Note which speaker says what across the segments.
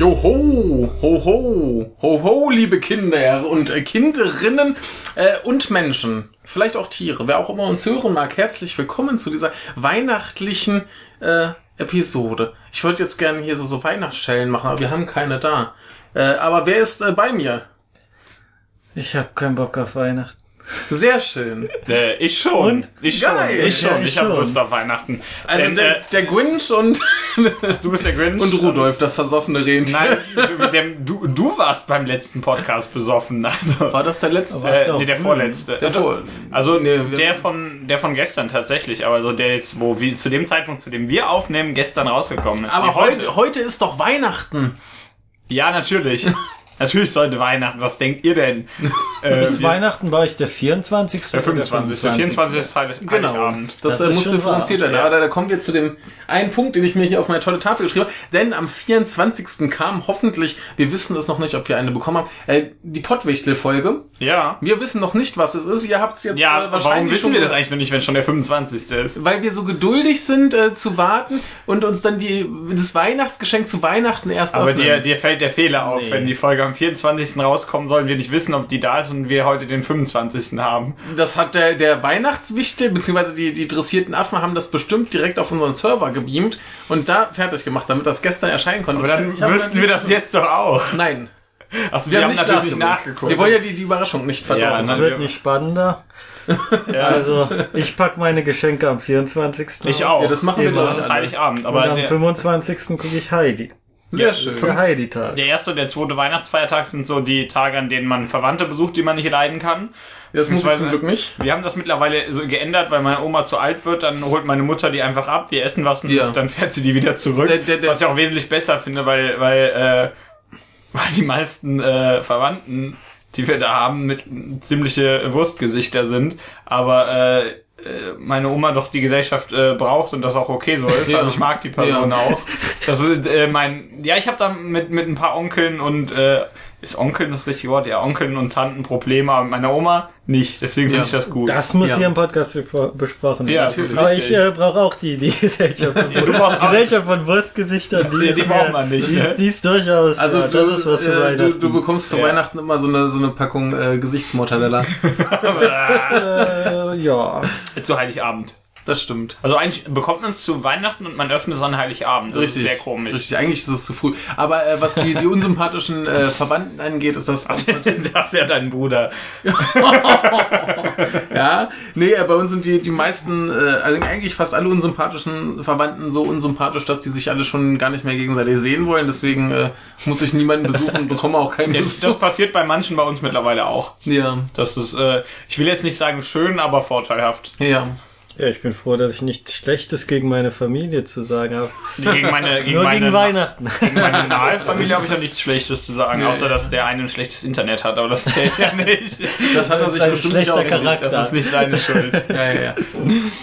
Speaker 1: ho, ho, ho, ho, ho, liebe Kinder und äh, Kinderinnen äh, und Menschen, vielleicht auch Tiere, wer auch immer uns hören mag, herzlich willkommen zu dieser weihnachtlichen äh, Episode. Ich wollte jetzt gerne hier so, so Weihnachtsschellen machen, aber wir haben keine da. Äh, aber wer ist äh, bei mir?
Speaker 2: Ich hab keinen Bock auf Weihnachten.
Speaker 1: Sehr schön.
Speaker 3: Äh, ich schon.
Speaker 2: Und?
Speaker 3: Ich schon.
Speaker 1: Geil.
Speaker 3: Ich schon.
Speaker 2: Ja, ich
Speaker 3: ich hab
Speaker 2: schon.
Speaker 3: Lust auf Weihnachten.
Speaker 1: Also
Speaker 3: Denn,
Speaker 1: der, der Grinch und,
Speaker 3: äh, du bist der Grinch.
Speaker 1: und Rudolf, das versoffene Rentier.
Speaker 3: Nein, mit dem, du, du warst beim letzten Podcast besoffen. Also,
Speaker 1: War das der letzte?
Speaker 2: Aber- Warst
Speaker 3: äh,
Speaker 2: du auch
Speaker 3: nee, der
Speaker 2: cool?
Speaker 3: vorletzte.
Speaker 1: Hm. Der vor-
Speaker 3: also
Speaker 1: Nee, wir-
Speaker 3: der, von, der von gestern tatsächlich, aber so der jetzt, wo wie, zu dem Zeitpunkt, zu dem wir aufnehmen, gestern rausgekommen ist.
Speaker 1: aber
Speaker 3: Wie
Speaker 1: heute, heute ist doch Weihnachten.
Speaker 3: Ja, natürlich. natürlich sollte Weihnachten. Was denkt ihr denn? Äh,
Speaker 2: Bis
Speaker 3: wir-
Speaker 2: Weihnachten war ich der 24.
Speaker 3: Der 25. Der 24. ist Heilig
Speaker 1: Genau.
Speaker 3: Heiligabend.
Speaker 1: Das,
Speaker 2: Das
Speaker 1: äh,
Speaker 2: ist
Speaker 1: muss
Speaker 2: schon
Speaker 1: differenziert
Speaker 2: wahr.
Speaker 1: werden. Aber da, da kommen wir zu dem einen Punkt, den ich mir hier auf meine tolle Tafel geschrieben habe. Denn am 24. kam hoffentlich, wir wissen es noch nicht, ob wir eine bekommen haben, äh, die Pottwichtel-Folge.
Speaker 3: Ja.
Speaker 1: Wir wissen noch nicht, was es ist. Ihr habt es jetzt
Speaker 3: Ja,
Speaker 1: äh, wahrscheinlich
Speaker 3: warum wissen
Speaker 1: schon
Speaker 3: wir das eigentlich noch nicht, wenn schon der 25. ist?
Speaker 1: weil wir so geduldig sind äh, zu warten und uns dann die das Weihnachtsgeschenk zu Weihnachten erst
Speaker 3: Aber dir,
Speaker 1: öffnen.
Speaker 3: dir fällt der Fehler auf,
Speaker 2: Nee.
Speaker 3: wenn die Folge am 24. rauskommen soll und wir nicht wissen, ob die da ist und wir heute den 25. haben.
Speaker 1: Das hat der, der Weihnachtswichtel, beziehungsweise die, die dressierten Affen haben das bestimmt direkt auf unseren Server gebeamt und da fertig gemacht, damit das gestern erscheinen konnte.
Speaker 3: Aber dann
Speaker 1: Ich hab-
Speaker 3: wüssten wir das jetzt doch auch.
Speaker 1: Nein,
Speaker 3: Also
Speaker 1: wir,
Speaker 3: wir,
Speaker 1: haben,
Speaker 3: haben natürlich nicht
Speaker 1: nicht
Speaker 3: nachgeguckt.
Speaker 1: Wir wollen ja die, die Überraschung nicht verdorben.
Speaker 3: Ja,
Speaker 2: Es
Speaker 3: nein.
Speaker 2: wird nicht spannender.
Speaker 3: Ja.
Speaker 2: Also, ich pack meine Geschenke am 24.
Speaker 3: ich
Speaker 2: aus.
Speaker 3: auch.
Speaker 1: Ja, das machen wir,
Speaker 2: Immer.
Speaker 1: glaub ich,
Speaker 3: Das Also ist
Speaker 1: alle.
Speaker 3: Heiligabend.
Speaker 2: Und
Speaker 3: Aber
Speaker 2: am
Speaker 3: der,
Speaker 2: 25. gucke ich Heidi.
Speaker 1: Sehr
Speaker 3: Ja,
Speaker 1: schön.
Speaker 3: das
Speaker 2: Für Heidi-Tag.
Speaker 3: der erste und der zweite Weihnachtsfeiertag sind so die Tage, an denen man Verwandte besucht, die man nicht leiden kann.
Speaker 1: Das muss ich
Speaker 3: beziehungsweise-
Speaker 1: zum Glück nicht.
Speaker 3: Wir haben das mittlerweile so geändert, weil meine Oma zu alt wird, dann holt meine Mutter die einfach ab, wir essen was und
Speaker 1: Ja.
Speaker 3: dann fährt sie die wieder zurück.
Speaker 1: Der- der- der-
Speaker 3: was ich auch wesentlich besser finde, weil, weil, äh, weil die meisten äh, Verwandten, die wir da haben, mit ziemliche Wurstgesichter sind. Aber äh, äh, meine Oma doch die Gesellschaft äh, braucht und das auch okay so ist.
Speaker 1: Ja.
Speaker 3: Also ich mag die Person
Speaker 1: Ja.
Speaker 3: auch. Das ist, äh, mein, ja, ich habe dann mit, mit ein paar Onkeln und äh, ist Onkeln das richtige Wort? Ja, Onkeln und Tanten Probleme, aber mit meiner Oma nicht. Deswegen
Speaker 1: Ja.
Speaker 3: finde ich das gut.
Speaker 2: Das muss
Speaker 1: Ja.
Speaker 2: hier im Podcast bespro- besprochen
Speaker 3: Ja,
Speaker 2: werden.
Speaker 3: das ist
Speaker 2: Aber
Speaker 3: richtig.
Speaker 2: ich äh, brauche auch die, die Gesellschaft von,
Speaker 3: du brauchst auch-
Speaker 2: Gesellschaft von Wurstgesichtern. Die,
Speaker 3: Die
Speaker 2: ist
Speaker 3: braucht
Speaker 2: mir-
Speaker 3: man nicht,
Speaker 2: Die
Speaker 3: ne?
Speaker 2: ist, die ist durchaus.
Speaker 1: Also
Speaker 2: ja,
Speaker 1: du,
Speaker 2: das ist was für
Speaker 1: äh, du,
Speaker 2: Weihnachten.
Speaker 1: du bekommst zu
Speaker 3: Ja.
Speaker 1: Weihnachten immer so eine, so eine Packung äh, Gesichtsmortadella.
Speaker 2: äh, ja.
Speaker 3: zu Heiligabend.
Speaker 1: Das stimmt.
Speaker 3: Also eigentlich bekommt man es zu Weihnachten und man öffnet es an Heiligabend. Das
Speaker 1: Richtig.
Speaker 3: Ist sehr komisch.
Speaker 1: Richtig, eigentlich ist es zu früh. Aber äh, was die, die unsympathischen äh, Verwandten angeht, ist das.
Speaker 3: das ist ja dein Bruder.
Speaker 1: ja, nee, äh, bei uns sind die, die meisten, äh, also eigentlich fast alle unsympathischen Verwandten so unsympathisch, dass die sich alle schon gar nicht mehr gegenseitig sehen wollen. Deswegen äh, muss ich niemanden besuchen und bekomme auch keinen
Speaker 3: Das,
Speaker 1: Besuch.
Speaker 3: das passiert bei manchen bei uns mittlerweile auch.
Speaker 1: Ja,
Speaker 3: Das ist, äh, ich will jetzt nicht sagen schön, aber vorteilhaft.
Speaker 1: ja.
Speaker 2: ja, ich bin froh, dass ich nichts Schlechtes gegen meine Familie zu sagen habe.
Speaker 3: Gegen meine, gegen
Speaker 2: Nur
Speaker 3: meine,
Speaker 2: gegen Weihnachten.
Speaker 3: gegen meine nahe Familie habe ich ja nichts Schlechtes zu sagen, außer dass der eine ein schlechtes Internet hat, aber das zählt ja nicht.
Speaker 1: Das hat er
Speaker 2: Das ist
Speaker 1: sich
Speaker 2: ein
Speaker 1: bestimmt nicht
Speaker 2: schlechter
Speaker 1: ausgesucht.
Speaker 2: Charakter.
Speaker 3: Das ist nicht seine Schuld.
Speaker 1: Ja, ja, ja.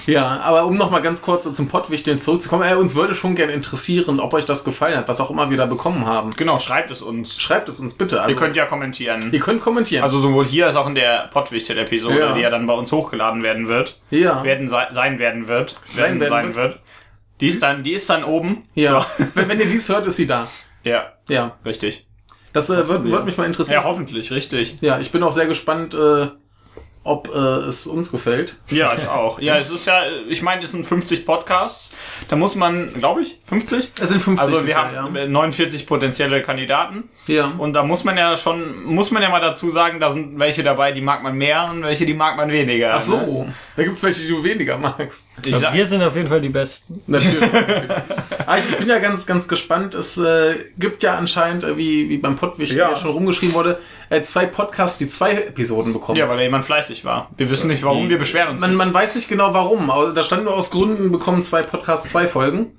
Speaker 1: ja, aber um nochmal ganz kurz zum Pottwichteln zurückzukommen, äh, uns würde schon gern interessieren, ob euch das gefallen hat, was auch immer wir da bekommen haben.
Speaker 3: Genau, schreibt es uns.
Speaker 1: Schreibt es uns bitte. Also,
Speaker 3: Ihr könnt ja kommentieren.
Speaker 1: ihr könnt kommentieren.
Speaker 3: Also sowohl hier als auch in der Pottwichtel-Episode,
Speaker 1: Ja.
Speaker 3: die ja dann bei uns hochgeladen werden wird.
Speaker 1: ja.
Speaker 3: werden sei, sein werden wird, werden sein,
Speaker 1: werden
Speaker 3: wird. Die ist dann, die ist dann oben.
Speaker 1: ja. Wenn, wenn ihr dies hört, ist sie da.
Speaker 3: Ja,
Speaker 1: Ja.
Speaker 3: richtig.
Speaker 1: Das äh, wird, wird mich mal interessieren.
Speaker 3: Ja, hoffentlich, richtig.
Speaker 1: Ja, ich bin auch sehr gespannt, äh, ob äh, es uns gefällt.
Speaker 3: Ja, ich auch. Ja, es ist ja, ich meine, es sind 50 Podcasts. Da muss man, glaube ich, 50?
Speaker 1: Es sind 50
Speaker 3: Also wir
Speaker 1: dieses
Speaker 3: haben 49 potenzielle Kandidaten
Speaker 1: Jahr, ja.
Speaker 3: und da muss man ja schon, muss man ja mal dazu sagen, da sind welche dabei, die mag man mehr und welche, die mag man weniger.
Speaker 1: Ach
Speaker 3: Ne?
Speaker 1: so, da gibt's welche, die du weniger magst.
Speaker 3: Ich sag,
Speaker 2: Also Wir sind auf jeden Fall die Besten.
Speaker 1: Natürlich. natürlich. Aber Ah, ich bin ja ganz, ganz gespannt. Es äh, gibt ja anscheinend, äh, wie, wie beim Podwicht
Speaker 3: Ja.
Speaker 1: ja. schon rumgeschrieben wurde, äh, zwei Podcasts, die zwei Episoden bekommen.
Speaker 3: ja, weil da jemand fleißig war. Wir wissen nicht warum, wir beschweren uns.
Speaker 1: Man, man weiß nicht genau warum. aber Da stand nur aus Gründen bekommen zwei Podcasts zwei Folgen.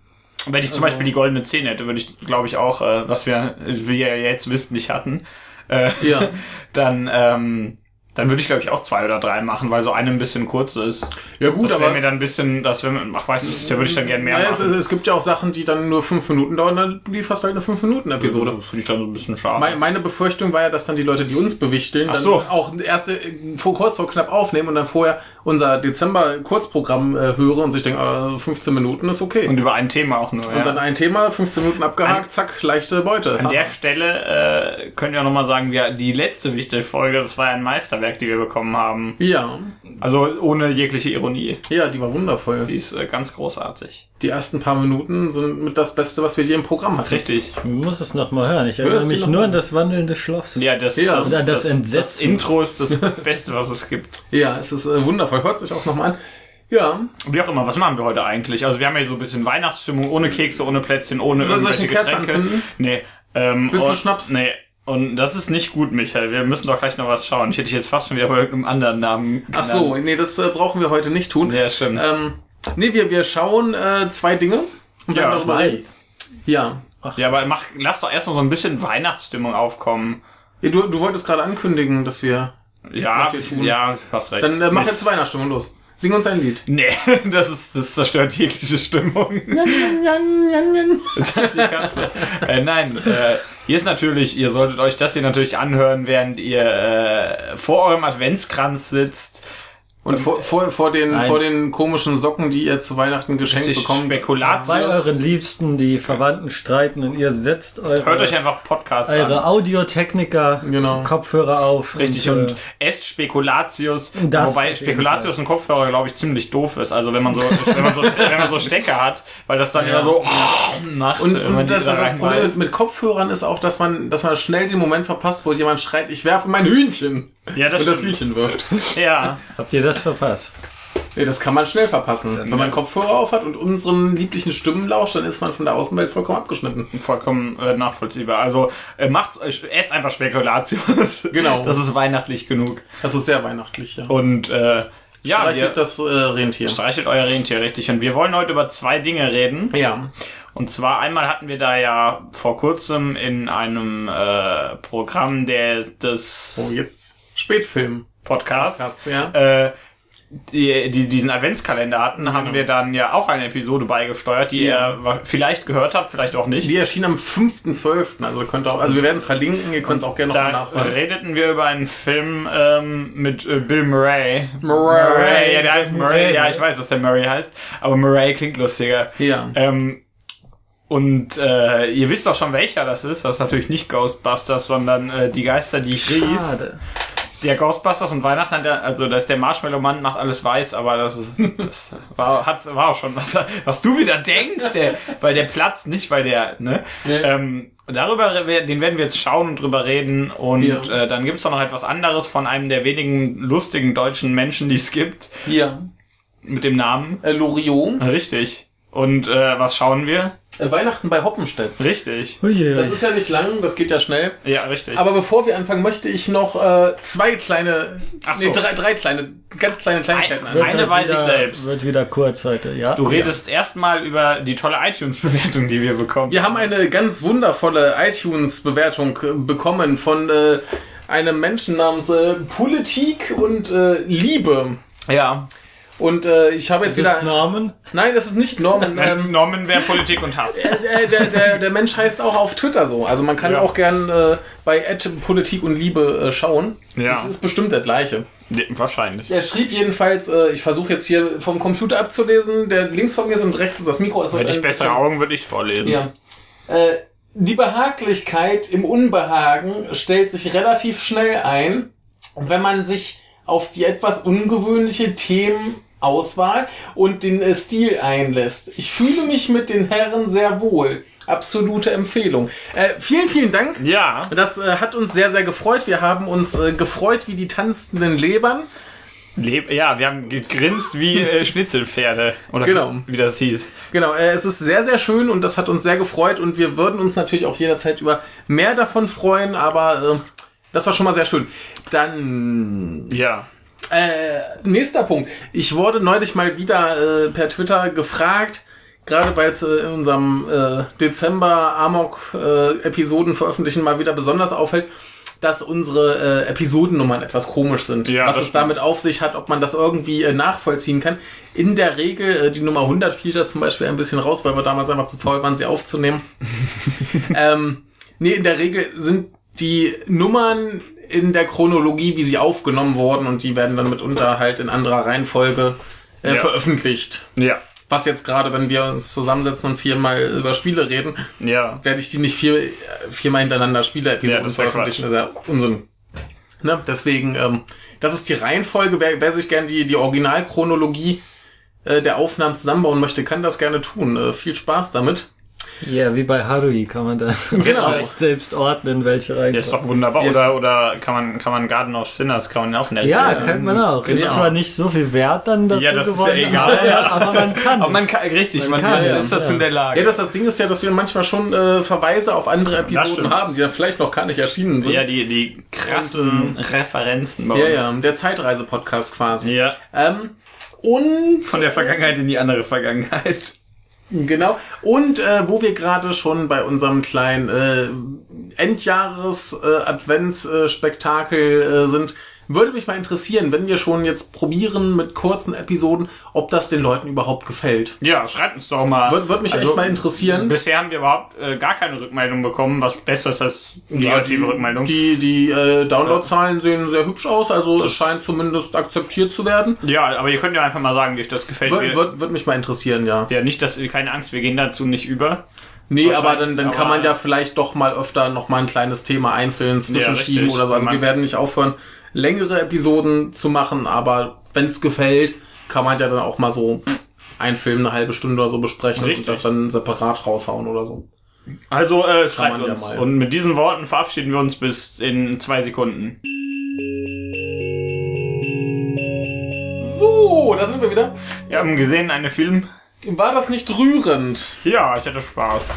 Speaker 3: Wenn ich zum Beispiel die goldene 10 hätte, würde ich, glaube ich, auch, äh, was wir, wir ja jetzt wissen, nicht hatten,
Speaker 1: Ja.
Speaker 3: dann, ähm, Dann würde ich, glaube ich, auch zwei oder drei machen, weil so eine ein bisschen kurz ist.
Speaker 1: Ja gut,
Speaker 3: Das wäre
Speaker 1: aber
Speaker 3: mir dann ein bisschen, das wäre mir, ach weißt du, da würde ich dann gerne mehr
Speaker 1: naja, es,
Speaker 3: machen.
Speaker 1: es gibt ja auch Sachen, die dann nur fünf Minuten dauern, dann lieferst du halt eine fünf Minuten Episode.
Speaker 3: Finde ich dann so ein bisschen schade.
Speaker 1: Mei- Meine Befürchtung war ja, dass dann die Leute, die uns bewichteln,
Speaker 3: Ach
Speaker 1: dann
Speaker 3: so.
Speaker 1: auch erst äh, vor, kurz vor knapp aufnehmen und dann vorher unser Dezember-Kurzprogramm äh, höre und sich denken, äh, 15 Minuten ist okay. Und,
Speaker 3: Und über ein Thema auch nur. ja.
Speaker 1: dann ein Thema, 15 Minuten abgehakt, zack, leichte Beute.
Speaker 3: An der Stelle äh, können wir nochmal sagen, wir, die letzte wichtige Folge, das war ein Meisterwerk, die wir bekommen haben.
Speaker 1: ja,
Speaker 3: Also ohne jegliche Ironie.
Speaker 1: ja, die war wundervoll.
Speaker 3: Die ist äh, ganz großartig.
Speaker 1: Die ersten paar Minuten sind mit das Beste, was wir hier im Programm hatten.
Speaker 3: Richtig.
Speaker 2: Ich muss es nochmal hören. Ich erinnere
Speaker 1: Hörst du
Speaker 2: mich
Speaker 1: noch
Speaker 2: nur
Speaker 1: mal?
Speaker 2: an das wandelnde Schloss.
Speaker 3: Ja, das,
Speaker 1: Ja, und
Speaker 2: dann das Entsetzen.
Speaker 3: Intro ist das Beste, was es gibt.
Speaker 1: Ja, es ist äh, wundervoll. Hört sich auch nochmal an. Ja,
Speaker 3: Wie auch immer, was machen wir heute eigentlich? Also wir haben ja so ein bisschen Weihnachtsstimmung, ohne Kekse, ohne Plätzchen, ohne
Speaker 1: Soll- soll ich
Speaker 3: irgendwelche
Speaker 1: eine Kerze
Speaker 3: Getränke.
Speaker 1: anzünden?
Speaker 3: Nee. Ähm,
Speaker 1: Willst du
Speaker 3: und-
Speaker 1: Schnaps?
Speaker 3: Nee. Und das ist nicht gut, Michael. Wir müssen doch gleich noch was schauen. Ich hätte dich jetzt fast schon wieder bei irgendeinem anderen Namen
Speaker 1: ach so, nee, das äh, brauchen wir heute nicht tun.
Speaker 3: Genau. Ja, stimmt.
Speaker 1: Ähm, nee, wir, wir schauen äh, zwei Dinge. Und
Speaker 3: Ja,
Speaker 1: werden darüber
Speaker 2: Zwei.
Speaker 1: reden. Ja.
Speaker 3: Ja, aber mach, lass doch erstmal so ein bisschen Weihnachtsstimmung aufkommen.
Speaker 1: Ja, Du, du wolltest gerade ankündigen, dass wir.
Speaker 3: Ja,
Speaker 1: Was wir tun.
Speaker 3: ja, hast recht.
Speaker 1: Dann äh, mach
Speaker 3: Mist.
Speaker 1: jetzt Weihnachtsstimmung los. Sing uns ein Lied.
Speaker 3: Nee, das ist, das zerstört jegliche Stimmung. Das ist die Katze. äh, nein, äh, hier ist natürlich, ihr solltet euch das hier natürlich anhören, während ihr äh, vor eurem Adventskranz sitzt.
Speaker 1: Und vor, vor, vor, den,
Speaker 2: Nein.
Speaker 1: vor den komischen Socken, die ihr zu Weihnachten geschenkt
Speaker 3: Richtig
Speaker 1: bekommen.
Speaker 2: Bei
Speaker 3: Spekulatius.
Speaker 2: euren Liebsten, die Verwandten streiten und ihr setzt eure,
Speaker 3: Hört euch einfach Podcasts
Speaker 2: eure
Speaker 3: an.
Speaker 2: Audiotechniker
Speaker 1: Genau.
Speaker 2: Kopfhörer auf.
Speaker 3: Richtig,
Speaker 2: und,
Speaker 3: und
Speaker 2: äh,
Speaker 3: esst Spekulatius.
Speaker 2: Das
Speaker 3: wobei
Speaker 2: auf jeden
Speaker 3: Spekulatius ein Kopfhörer, glaube ich, ziemlich doof ist. Also wenn man so, wenn man so, wenn man so Stecker hat, weil das dann
Speaker 1: Ja.
Speaker 3: immer so oh, macht.
Speaker 1: Und,
Speaker 3: wenn Äh, man
Speaker 1: und
Speaker 3: die
Speaker 1: das,
Speaker 3: da
Speaker 1: das, das Problem
Speaker 3: reinbeißt.
Speaker 1: mit, mit Kopfhörern ist auch, dass man, dass man schnell den Moment verpasst, wo jemand schreit, ich werfe mein Hühnchen.
Speaker 3: Ja, das
Speaker 1: und das
Speaker 3: stimmt.
Speaker 1: Hühnchen wirft.
Speaker 3: Ja.
Speaker 2: habt ihr das verpasst?
Speaker 1: Nee, das kann man schnell verpassen. Wenn
Speaker 3: ja.
Speaker 1: man Kopfhörer auf hat und unseren lieblichen Stimmen lauscht, dann ist man von der Außenwelt vollkommen abgeschnitten.
Speaker 3: Vollkommen äh, nachvollziehbar. Also äh, macht's euch, esst einfach Spekulatius.
Speaker 1: Genau.
Speaker 3: Das ist weihnachtlich genug.
Speaker 1: Das ist sehr weihnachtlich, ja.
Speaker 3: Und äh, ja,
Speaker 1: Streichelt
Speaker 3: wir,
Speaker 1: das äh, Rentier.
Speaker 3: streichelt euer Rentier richtig. Und wir wollen heute über zwei Dinge reden.
Speaker 1: Ja.
Speaker 3: Und zwar einmal hatten wir da ja vor kurzem in einem äh, Programm der,
Speaker 1: Oh,
Speaker 3: des
Speaker 1: jetzt Spätfilm.
Speaker 3: Podcasts
Speaker 1: Gab's, ja.
Speaker 3: äh, die, die diesen Adventskalender hatten, haben
Speaker 1: Genau.
Speaker 3: wir dann ja auch eine Episode beigesteuert, die
Speaker 1: Ja.
Speaker 3: ihr wa- vielleicht gehört habt, vielleicht auch nicht.
Speaker 1: Die erschien am 5.12. Also könnt ihr auch, also wir werden es verlinken, ihr könnt es auch gerne
Speaker 3: Da
Speaker 1: nochmal nachhören.
Speaker 3: redeten wir über einen Film ähm, mit äh, Bill Murray.
Speaker 1: Murray.
Speaker 3: ja, der heißt Murray.
Speaker 2: Murray.
Speaker 3: Ja, ich weiß, dass der Murray heißt, aber Murray klingt lustiger.
Speaker 1: Ja.
Speaker 3: Ähm, und äh, ihr wisst doch schon, welcher das ist. Das ist natürlich nicht Ghostbusters, sondern äh, die Geister, die ich rief.
Speaker 2: Schade.
Speaker 3: Der Ghostbusters und Weihnachten, hat ja- also da ist der Marshmallow-Mann, macht alles weiß, aber das, ist, das war, hat, war auch schon was. Was du wieder denkst, der, weil der platzt nicht, weil der, ne?
Speaker 1: Nee.
Speaker 3: Ähm, darüber, re- wer- den werden wir jetzt schauen und drüber reden. Und
Speaker 1: Ja.
Speaker 3: äh, dann gibt's doch noch etwas anderes von einem der wenigen lustigen deutschen Menschen, die es gibt,
Speaker 1: Hier.
Speaker 3: mit dem Namen.
Speaker 1: Äh, Loriot.
Speaker 3: Richtig. Und äh, was schauen wir?
Speaker 1: Äh, Weihnachten bei Hoppenstedt.
Speaker 3: Richtig.
Speaker 2: Ui,
Speaker 1: Das ist ja nicht lang, das geht ja schnell.
Speaker 3: Ja, richtig.
Speaker 1: Aber bevor wir anfangen, möchte ich noch äh, zwei kleine,
Speaker 3: Ach so.
Speaker 1: nee, drei, drei kleine, ganz kleine Kleinigkeiten
Speaker 3: Ein-
Speaker 1: an.
Speaker 3: eine weiß ich
Speaker 2: wieder,
Speaker 3: selbst.
Speaker 2: Wird wieder kurz heute, ja.
Speaker 1: Oh
Speaker 3: du redest erstmal über die tolle iTunes-Bewertung, die wir bekommen.
Speaker 1: Wir haben eine ganz wundervolle iTunes-Bewertung äh, bekommen von äh, einem Menschen namens äh, Politik und äh, Liebe.
Speaker 3: ja.
Speaker 1: Und äh, ich habe jetzt
Speaker 2: Das ist
Speaker 1: wieder.
Speaker 2: Norman.
Speaker 1: Nein, das ist nicht Norman. ähm,
Speaker 3: Norman wäre Politik und Hass.
Speaker 1: äh, der, der, der Mensch heißt auch auf Twitter so. Also man kann
Speaker 3: Ja.
Speaker 1: auch gern äh, bei Ad Politik und Liebe äh, schauen.
Speaker 3: Ja.
Speaker 1: Das ist bestimmt der gleiche.
Speaker 3: Ja, Wahrscheinlich.
Speaker 1: Er schrieb jedenfalls, äh, ich versuche jetzt hier vom Computer abzulesen, der links von mir ist und rechts ist das Mikro. Es wird
Speaker 3: Hätte ich
Speaker 1: ein
Speaker 3: bessere Augen, würde ich es vorlesen.
Speaker 1: äh, Ja. Äh, die Behaglichkeit im Unbehagen stellt sich relativ schnell ein, wenn man sich auf die etwas ungewöhnliche Themenauswahl und den äh, Stil einlässt. Ich fühle mich mit den Herren sehr wohl. Absolute Empfehlung. Äh, vielen, vielen Dank.
Speaker 3: Ja.
Speaker 1: Das äh, hat uns sehr, sehr gefreut. Wir haben uns äh, gefreut wie die tanzenden Lebern.
Speaker 3: Leb ja, wir haben gegrinst wie äh, Schnitzelpferde. Oder
Speaker 1: Genau.
Speaker 3: wie das hieß.
Speaker 1: Genau, äh, es ist sehr, sehr schön und das hat uns sehr gefreut und wir würden uns natürlich auch jederzeit über mehr davon freuen, aber äh, das war schon mal sehr schön. Dann
Speaker 3: Ja.
Speaker 1: äh, nächster Punkt. Ich wurde neulich mal wieder äh, per Twitter gefragt, gerade weil es äh, in unserem äh, Dezember Amok äh, Episoden veröffentlichen mal wieder besonders auffällt, dass unsere äh, Episodennummern etwas komisch sind.
Speaker 3: Ja,
Speaker 1: was
Speaker 3: das
Speaker 1: es damit auf sich hat, ob man das irgendwie äh, nachvollziehen kann. In der Regel, äh, die Nummer 100 fiel da zum Beispiel ein bisschen raus, weil wir damals einfach zu faul waren, sie aufzunehmen. ähm, nee, in der Regel sind die Nummern in der Chronologie, wie sie aufgenommen wurden und die werden dann mitunter halt in anderer Reihenfolge äh,
Speaker 3: Ja.
Speaker 1: veröffentlicht.
Speaker 3: Ja.
Speaker 1: Was jetzt gerade, wenn wir uns zusammensetzen und viermal über Spiele reden,
Speaker 3: Ja.
Speaker 1: werde ich die nicht vier, äh, viermal hintereinander Spiele-Episoden
Speaker 3: Ja, das wär
Speaker 1: veröffentlichen. Das ist ja Unsinn. Ne? Deswegen, ähm, das ist die Reihenfolge. Wer, wer sich gerne die, die Originalchronologie äh, der Aufnahmen zusammenbauen möchte, kann das gerne tun. Äh, viel Spaß damit.
Speaker 2: Ja, wie bei Harui kann man dann
Speaker 1: Genau.
Speaker 2: selbst ordnen, welche
Speaker 3: Ja,
Speaker 2: Reihenfolge.
Speaker 3: ist doch wunderbar.
Speaker 1: Ja.
Speaker 3: Oder, oder kann man, kann man Garden of Sinners, kann man auch nicht.
Speaker 2: Ja, kann man auch. Ist
Speaker 1: Genau.
Speaker 2: zwar nicht so viel wert dann dazu
Speaker 3: Ja, das ist ja
Speaker 2: geworden,
Speaker 3: egal.
Speaker 2: aber, aber man kann.
Speaker 3: Aber man
Speaker 2: es.
Speaker 3: kann, richtig, man,
Speaker 2: Man kann,
Speaker 3: man
Speaker 1: ja.
Speaker 3: ist dazu in der Lage.
Speaker 1: Ja, das, das Ding ist ja, dass wir manchmal schon äh, Verweise auf andere Episoden
Speaker 3: stimmt.
Speaker 1: haben, die dann vielleicht noch gar nicht erschienen sind.
Speaker 3: Ja, die, die krassen Referenzen bei
Speaker 1: ja,
Speaker 3: uns.
Speaker 1: ja, der Zeitreise-Podcast quasi.
Speaker 3: ja.
Speaker 1: Ähm, und
Speaker 3: Von der Vergangenheit in die andere Vergangenheit.
Speaker 1: Genau. Und äh, wo wir gerade schon bei unserem kleinen äh, Endjahres-Adventsspektakel äh, sind, würde mich mal interessieren, wenn wir schon jetzt probieren mit kurzen Episoden, ob das den Leuten überhaupt gefällt.
Speaker 3: Ja, schreibt uns doch mal.
Speaker 1: Würde würd mich
Speaker 3: Also,
Speaker 1: echt mal interessieren.
Speaker 3: Bisher haben wir überhaupt äh, gar keine Rückmeldung bekommen, was besser ist als negative Rückmeldung.
Speaker 1: Die, die äh, Downloadzahlen sehen sehr hübsch aus, also es scheint zumindest akzeptiert zu werden.
Speaker 3: ja, aber ihr könnt ja einfach mal sagen, wie euch das gefällt.
Speaker 1: Würde
Speaker 3: Wir-
Speaker 1: würd, würd mich mal interessieren, ja.
Speaker 3: ja, nicht, dass keine Angst, wir gehen dazu nicht über.
Speaker 1: Nee, aber
Speaker 3: Wahrscheinlich,
Speaker 1: dann, dann
Speaker 3: aber-
Speaker 1: kann man ja vielleicht doch mal öfter noch mal ein kleines Thema einzeln zwischenschieben
Speaker 3: richtig.
Speaker 1: oder so. Also
Speaker 3: Man-
Speaker 1: wir werden nicht aufhören, längere Episoden zu machen, aber wenn's gefällt, kann man ja dann auch mal so pff, einen Film eine halbe Stunde oder so besprechen
Speaker 3: Richtig.
Speaker 1: und das dann separat raushauen oder so.
Speaker 3: Also äh, schreibt
Speaker 1: man ja
Speaker 3: uns.
Speaker 1: mal.
Speaker 3: Und mit diesen Worten verabschieden wir uns bis in zwei Sekunden.
Speaker 1: So, da sind wir wieder.
Speaker 3: Wir haben gesehen einen Film.
Speaker 1: War das nicht rührend?
Speaker 3: Ja, ich hatte Spaß.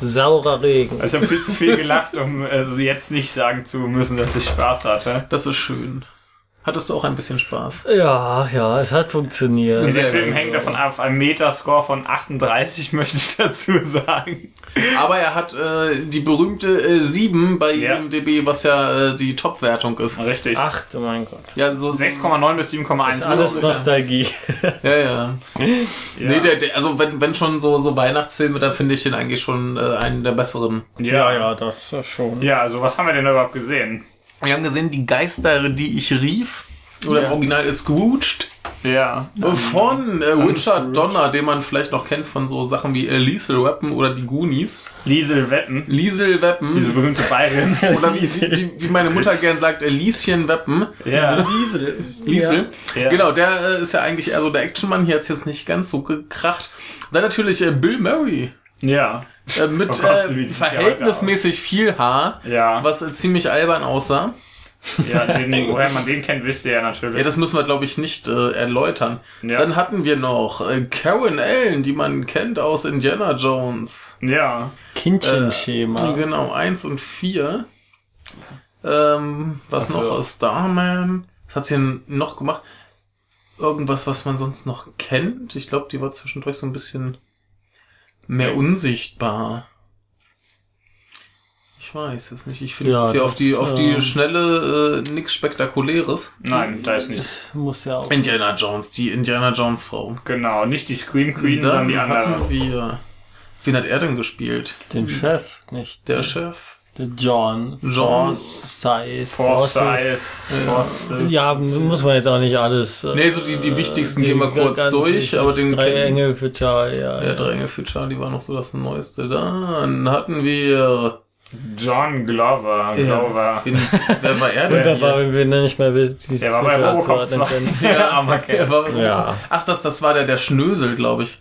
Speaker 2: Saurer Regen.
Speaker 3: Also ich habe viel zu viel gelacht, um äh, jetzt nicht sagen zu müssen, dass ich Spaß hatte.
Speaker 1: Das ist schön. Hattest du auch ein bisschen Spaß?
Speaker 2: Ja, ja, es hat funktioniert.
Speaker 3: Der
Speaker 1: Sehr
Speaker 3: Film
Speaker 1: gut,
Speaker 3: hängt
Speaker 1: ja.
Speaker 3: davon ab, auf einem Metascore von 38, möchte ich dazu sagen.
Speaker 1: Aber er hat äh, die berühmte äh, 7 bei
Speaker 3: Ja.
Speaker 1: IMDb, was ja äh, die Top-Wertung ist.
Speaker 3: Richtig.
Speaker 2: Ach du mein Gott.
Speaker 1: Ja, so
Speaker 3: 6,9 bis 7,1.
Speaker 2: Alles
Speaker 1: Ja.
Speaker 2: Nostalgie.
Speaker 1: Ja, ja.
Speaker 3: ja.
Speaker 1: Nee, der, der, also wenn, wenn schon so, so Weihnachtsfilme, dann finde ich den eigentlich schon äh, einen der besseren.
Speaker 3: ja, ja.
Speaker 2: das schon.
Speaker 3: Ja, also was haben wir denn überhaupt gesehen?
Speaker 1: Wir haben gesehen, die Geister, die ich rief, oder
Speaker 3: Ja.
Speaker 1: im Original ist Scooched,
Speaker 3: Ja.
Speaker 1: äh, von äh, Richard
Speaker 3: Scrooge.
Speaker 1: Donner, den man vielleicht noch kennt von so Sachen wie äh, Liesel Weapon oder die Goonies.
Speaker 3: Liesel Wetten.
Speaker 1: Liesel
Speaker 3: Diese
Speaker 1: Weapon,
Speaker 3: berühmte Bayerin.
Speaker 1: oder wie, wie, wie, wie meine Mutter gern sagt, äh, Lieschen Weapon.
Speaker 3: ja.
Speaker 2: Liesel.
Speaker 1: Liesel.
Speaker 3: Ja.
Speaker 1: Genau, der äh, ist ja eigentlich eher so der Actionmann, hier hat's jetzt nicht ganz so gekracht. Dann natürlich äh, Bill Murray
Speaker 3: Ja.
Speaker 1: äh, mit
Speaker 3: Oh Gott, so wie
Speaker 1: äh,
Speaker 3: sieht der heute
Speaker 1: verhältnismäßig viel Haar.
Speaker 3: Ja.
Speaker 1: was äh, ziemlich albern aussah.
Speaker 3: Ja, den, woher man den kennt, wisst ihr ja natürlich.
Speaker 1: Ja, das müssen wir, glaube ich, nicht äh, erläutern.
Speaker 3: Ja.
Speaker 1: Dann hatten wir noch äh, Karen Allen, die man kennt aus Indiana Jones.
Speaker 3: ja.
Speaker 2: Kindchenschema.
Speaker 1: Genau, eins und vier. Ähm, was
Speaker 3: Ach
Speaker 2: Also-
Speaker 3: so.
Speaker 1: noch aus Starman? Was hat sie denn noch gemacht? Irgendwas, was man sonst noch kennt? Ich glaube, die war zwischendurch so ein bisschen mehr unsichtbar. Ich weiß es nicht. Ich finde
Speaker 2: Ja,
Speaker 1: jetzt hier auf
Speaker 2: das,
Speaker 1: die, auf die
Speaker 2: ähm,
Speaker 1: schnelle äh, nix Spektakuläres.
Speaker 3: Nein, da ist nichts.
Speaker 2: Das muss ja auch.
Speaker 1: Indiana Jones, die Indiana Jones Frau.
Speaker 3: Genau, nicht die Scream Queen, sondern
Speaker 1: Dann
Speaker 3: die andere.
Speaker 1: hatten wir. Wen hat er denn gespielt?
Speaker 2: Den Chef, nicht?
Speaker 1: Der Chef?
Speaker 2: Der John.
Speaker 1: John.
Speaker 2: Style.
Speaker 3: Forsyth.
Speaker 2: Ja, muss man jetzt auch nicht alles. äh,
Speaker 1: Nee, so die, die wichtigsten
Speaker 2: die
Speaker 1: gehen wir kurz
Speaker 2: ganz
Speaker 1: durch,
Speaker 2: wichtig.
Speaker 1: aber den
Speaker 2: Drei
Speaker 1: kennen-
Speaker 2: Engel für Charlie, ja.
Speaker 1: Der Dränge für Charlie war noch so das Neueste. Dann hatten wir.
Speaker 3: John Glover. Glover.
Speaker 1: wen, wer war er denn?
Speaker 2: Wunderbar,
Speaker 1: Hier?
Speaker 2: wenn wir den nicht mehr wissen,
Speaker 3: Der war bei Robocop 2. Der arme
Speaker 1: Er
Speaker 3: Kerl.
Speaker 1: war,
Speaker 2: Ja.
Speaker 1: Ach, das, das war der, der Schnösel, glaube ich.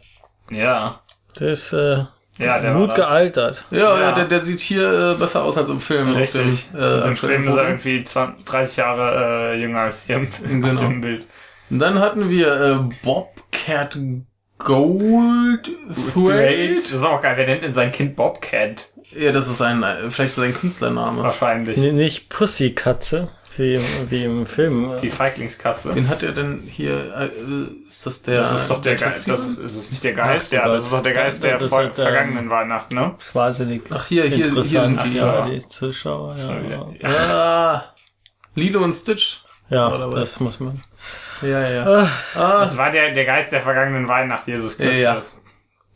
Speaker 3: Ja.
Speaker 2: Der ist äh,
Speaker 3: Ja, der
Speaker 2: gut
Speaker 3: war das.
Speaker 2: gealtert.
Speaker 1: Ja, ja.
Speaker 3: Ja.
Speaker 1: der, der sieht hier äh, besser aus als im Film. auf dem,
Speaker 3: Richtig.
Speaker 1: äh,
Speaker 3: Im
Speaker 1: aktuellen
Speaker 3: Film ist er
Speaker 1: Foto.
Speaker 3: irgendwie 20, 30 Jahre äh, jünger als hier im Film auf
Speaker 1: Genau.
Speaker 3: dem Bild.
Speaker 1: Dann hatten wir äh, Bobcat Gold
Speaker 3: Das ist auch geil. Wer nennt denn sein Kind Bobcat?
Speaker 1: Ja, das ist ein, äh, vielleicht ist das ein Künstlername.
Speaker 3: Wahrscheinlich.
Speaker 2: N- Nicht Pussykatze. Wie im, wie im Film.
Speaker 3: Die Feiglingskatze.
Speaker 1: Wen hat er denn hier? Äh, ist das der?
Speaker 3: Das ist doch der
Speaker 1: der
Speaker 3: Geist. Das ist, ist es nicht der Geist,
Speaker 2: Ach,
Speaker 3: der,
Speaker 2: Gott.
Speaker 3: das ist doch der Geist der
Speaker 2: Das ist
Speaker 3: vor,
Speaker 2: halt, ähm,
Speaker 3: vergangenen Weihnacht, ne?
Speaker 2: Das ist wahnsinnig
Speaker 1: Ach, hier- hier- hier sind
Speaker 2: interessant
Speaker 1: die-
Speaker 2: für
Speaker 3: ja.
Speaker 2: die Zuschauer.
Speaker 3: war
Speaker 2: Ja,
Speaker 3: wieder-
Speaker 1: Ah, Lilo und Stitch. Oder
Speaker 2: ja
Speaker 1: was?
Speaker 2: das muss man.
Speaker 1: Ja, ja. Ah,
Speaker 3: Das war der, der Geist der vergangenen Weihnacht, Jesus
Speaker 1: Ja,
Speaker 3: Christus.
Speaker 1: ja.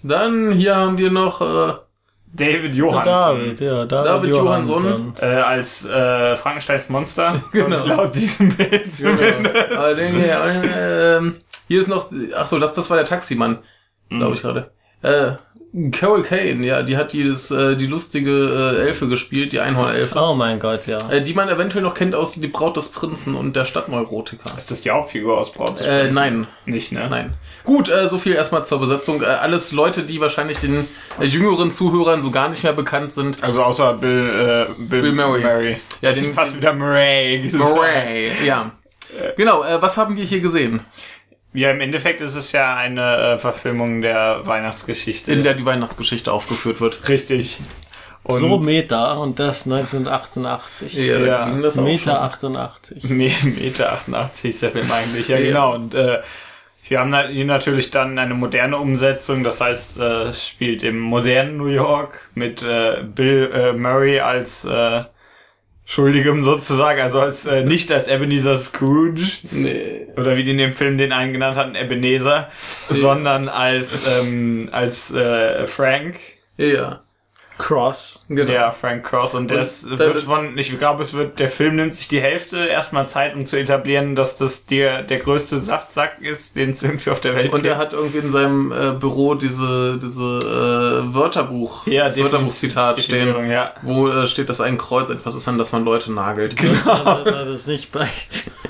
Speaker 1: dann hier haben wir noch äh,
Speaker 3: David
Speaker 2: Ja,
Speaker 3: Johansen.
Speaker 2: David, ja, David,
Speaker 1: David Johansson.
Speaker 2: Johansson.
Speaker 3: Äh, als äh, Frankensteins Monster.
Speaker 1: Genau.
Speaker 3: Und laut diesem Bild zumindest.
Speaker 1: Aber äh, den hier, ähm, hier ist noch, ach so, das, das war der Taximann, glaube ich gerade. Äh, Carol Kane, ja, die hat dieses, äh, die lustige äh, Elfe gespielt, die Einhornelfe.
Speaker 2: Oh mein Gott, ja.
Speaker 1: Äh, die man eventuell noch kennt aus Die Braut des Prinzen und der Stadtneurotiker.
Speaker 3: Ist das die Hauptfigur aus Braut? des
Speaker 1: Äh,
Speaker 3: Prinzen?
Speaker 1: nein,
Speaker 3: Nicht, ne?
Speaker 1: nein. Gut, äh, so viel erstmal zur Besetzung. Äh, alles Leute, die wahrscheinlich den äh, jüngeren Zuhörern so gar nicht mehr bekannt sind.
Speaker 3: Also außer Bill, äh, Bill,
Speaker 1: Bill Murray. Ja,
Speaker 3: Ja,
Speaker 1: den-
Speaker 3: den fast wieder Murray. gesagt.
Speaker 1: Hooray, ja. Genau, äh, was haben wir hier gesehen?
Speaker 3: Ja, im Endeffekt ist es ja eine äh, Verfilmung der Weihnachtsgeschichte.
Speaker 1: In der die Weihnachtsgeschichte aufgeführt wird.
Speaker 3: Richtig. Und
Speaker 2: so Meta und das 1988.
Speaker 1: da
Speaker 3: Ja,
Speaker 1: das auch schon.
Speaker 2: Meter 88.
Speaker 3: Me- Meter 88 ist der Film eigentlich, ja, genau. Und äh, wir haben da- hier natürlich dann eine moderne Umsetzung, das heißt, äh, es spielt im modernen New York mit äh, Bill äh, Murray als äh, Schuldigem sozusagen, also als äh, nicht als Ebenezer Scrooge
Speaker 1: Nee.
Speaker 3: oder wie die in dem Film den einen genannt hatten, Ebenezer, sondern als ähm, als äh, Frank.
Speaker 1: Ja,
Speaker 2: Cross.
Speaker 1: genau.
Speaker 3: Ja, Frank Cross und das
Speaker 1: Und da
Speaker 3: wird
Speaker 1: wird-
Speaker 3: von, ich glaube, es wird, der Film nimmt sich die Hälfte erstmal Zeit, um zu etablieren, dass das der, der größte Saftsack ist, den es irgendwie auf der Welt
Speaker 1: Und er
Speaker 3: gibt.
Speaker 1: hat irgendwie in seinem äh, Büro diese, diese äh, Wörterbuch,
Speaker 3: Ja,
Speaker 1: das Wörterbuchzitat
Speaker 3: Definierung,
Speaker 1: stehen,
Speaker 3: Ja.
Speaker 1: wo äh, steht, dass ein Kreuz etwas ist, an das man Leute nagelt.
Speaker 3: Genau.
Speaker 2: War das ist nicht bei,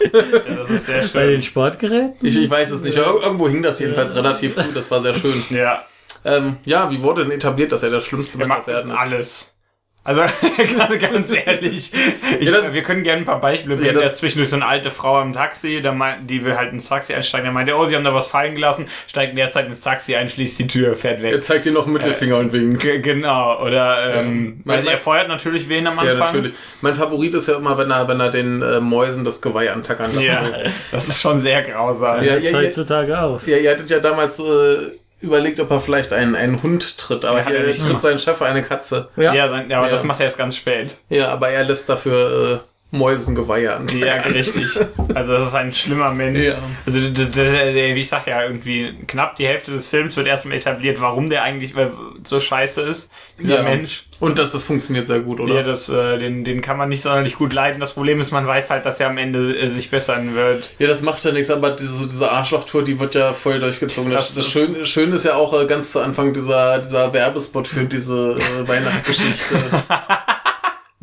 Speaker 3: ja, das ist sehr
Speaker 2: bei
Speaker 3: schön.
Speaker 2: den Sportgeräten?
Speaker 1: Ich, ich weiß es nicht, aber irgendwo hing das jedenfalls relativ gut, das war sehr schön.
Speaker 3: Ja,
Speaker 1: Ähm, ja, wie wurde denn etabliert, dass er der schlimmste
Speaker 3: er
Speaker 1: Mensch
Speaker 3: macht
Speaker 1: auf Erden ist?
Speaker 3: alles. Also ganz, ganz ehrlich, ich,
Speaker 1: Ja, das-
Speaker 3: wir können gerne ein paar Beispiele bringen.
Speaker 1: das-
Speaker 3: Erst zwischendurch so eine alte Frau im Taxi, da meint, die will halt ins Taxi einsteigen. Da meint er, oh, sie haben da was fallen gelassen, steigt derzeit ins Taxi ein, schließt die Tür, fährt weg.
Speaker 1: Er zeigt dir noch
Speaker 3: Äh,
Speaker 1: einen Mittelfinger und winkt.
Speaker 3: G genau, oder ähm,
Speaker 1: Ja.
Speaker 3: also er feuert natürlich wen am
Speaker 1: Ja,
Speaker 3: Anfang.
Speaker 1: natürlich. Mein Favorit ist ja immer, wenn er, wenn er den äh, Mäusen das Geweih antackern lässt.
Speaker 3: Ja, das ist schon sehr grausam.
Speaker 1: Ja,
Speaker 2: Ja, jetzt
Speaker 1: ja, ja.
Speaker 2: heutzutage auf.
Speaker 1: Ja, ihr hattet ja damals äh, überlegt, ob er vielleicht einen, einen Hund tritt, aber
Speaker 3: Ja, hat er
Speaker 1: hier
Speaker 3: nicht
Speaker 1: tritt
Speaker 3: gemacht.
Speaker 1: sein Chef eine Katze.
Speaker 3: Ja, sein, ja aber
Speaker 1: Ja.
Speaker 3: das macht er erst ganz spät.
Speaker 1: Ja, aber er lässt dafür äh, Mäusen Geweihe an.
Speaker 3: Ja, richtig. Also das ist ein schlimmer Mensch.
Speaker 1: Ja.
Speaker 3: Also d- d- d- d- wie ich sag ja, irgendwie knapp die Hälfte des Films wird erstmal etabliert, warum der eigentlich äh, so scheiße ist, dieser
Speaker 1: Ja.
Speaker 3: Mensch.
Speaker 1: Und das, das funktioniert sehr gut, oder?
Speaker 3: Ja, das, äh, den, den kann man nicht sonderlich gut leiden. Das Problem ist, man weiß halt, dass er am Ende äh, sich bessern wird.
Speaker 1: Ja, das macht ja nichts, aber diese, diese Arschlochtour, die wird ja voll durchgezogen. Das,
Speaker 3: Das-
Speaker 1: das schön, schön ist ja auch äh, ganz zu Anfang dieser, dieser Werbespot für diese äh, Weihnachtsgeschichte.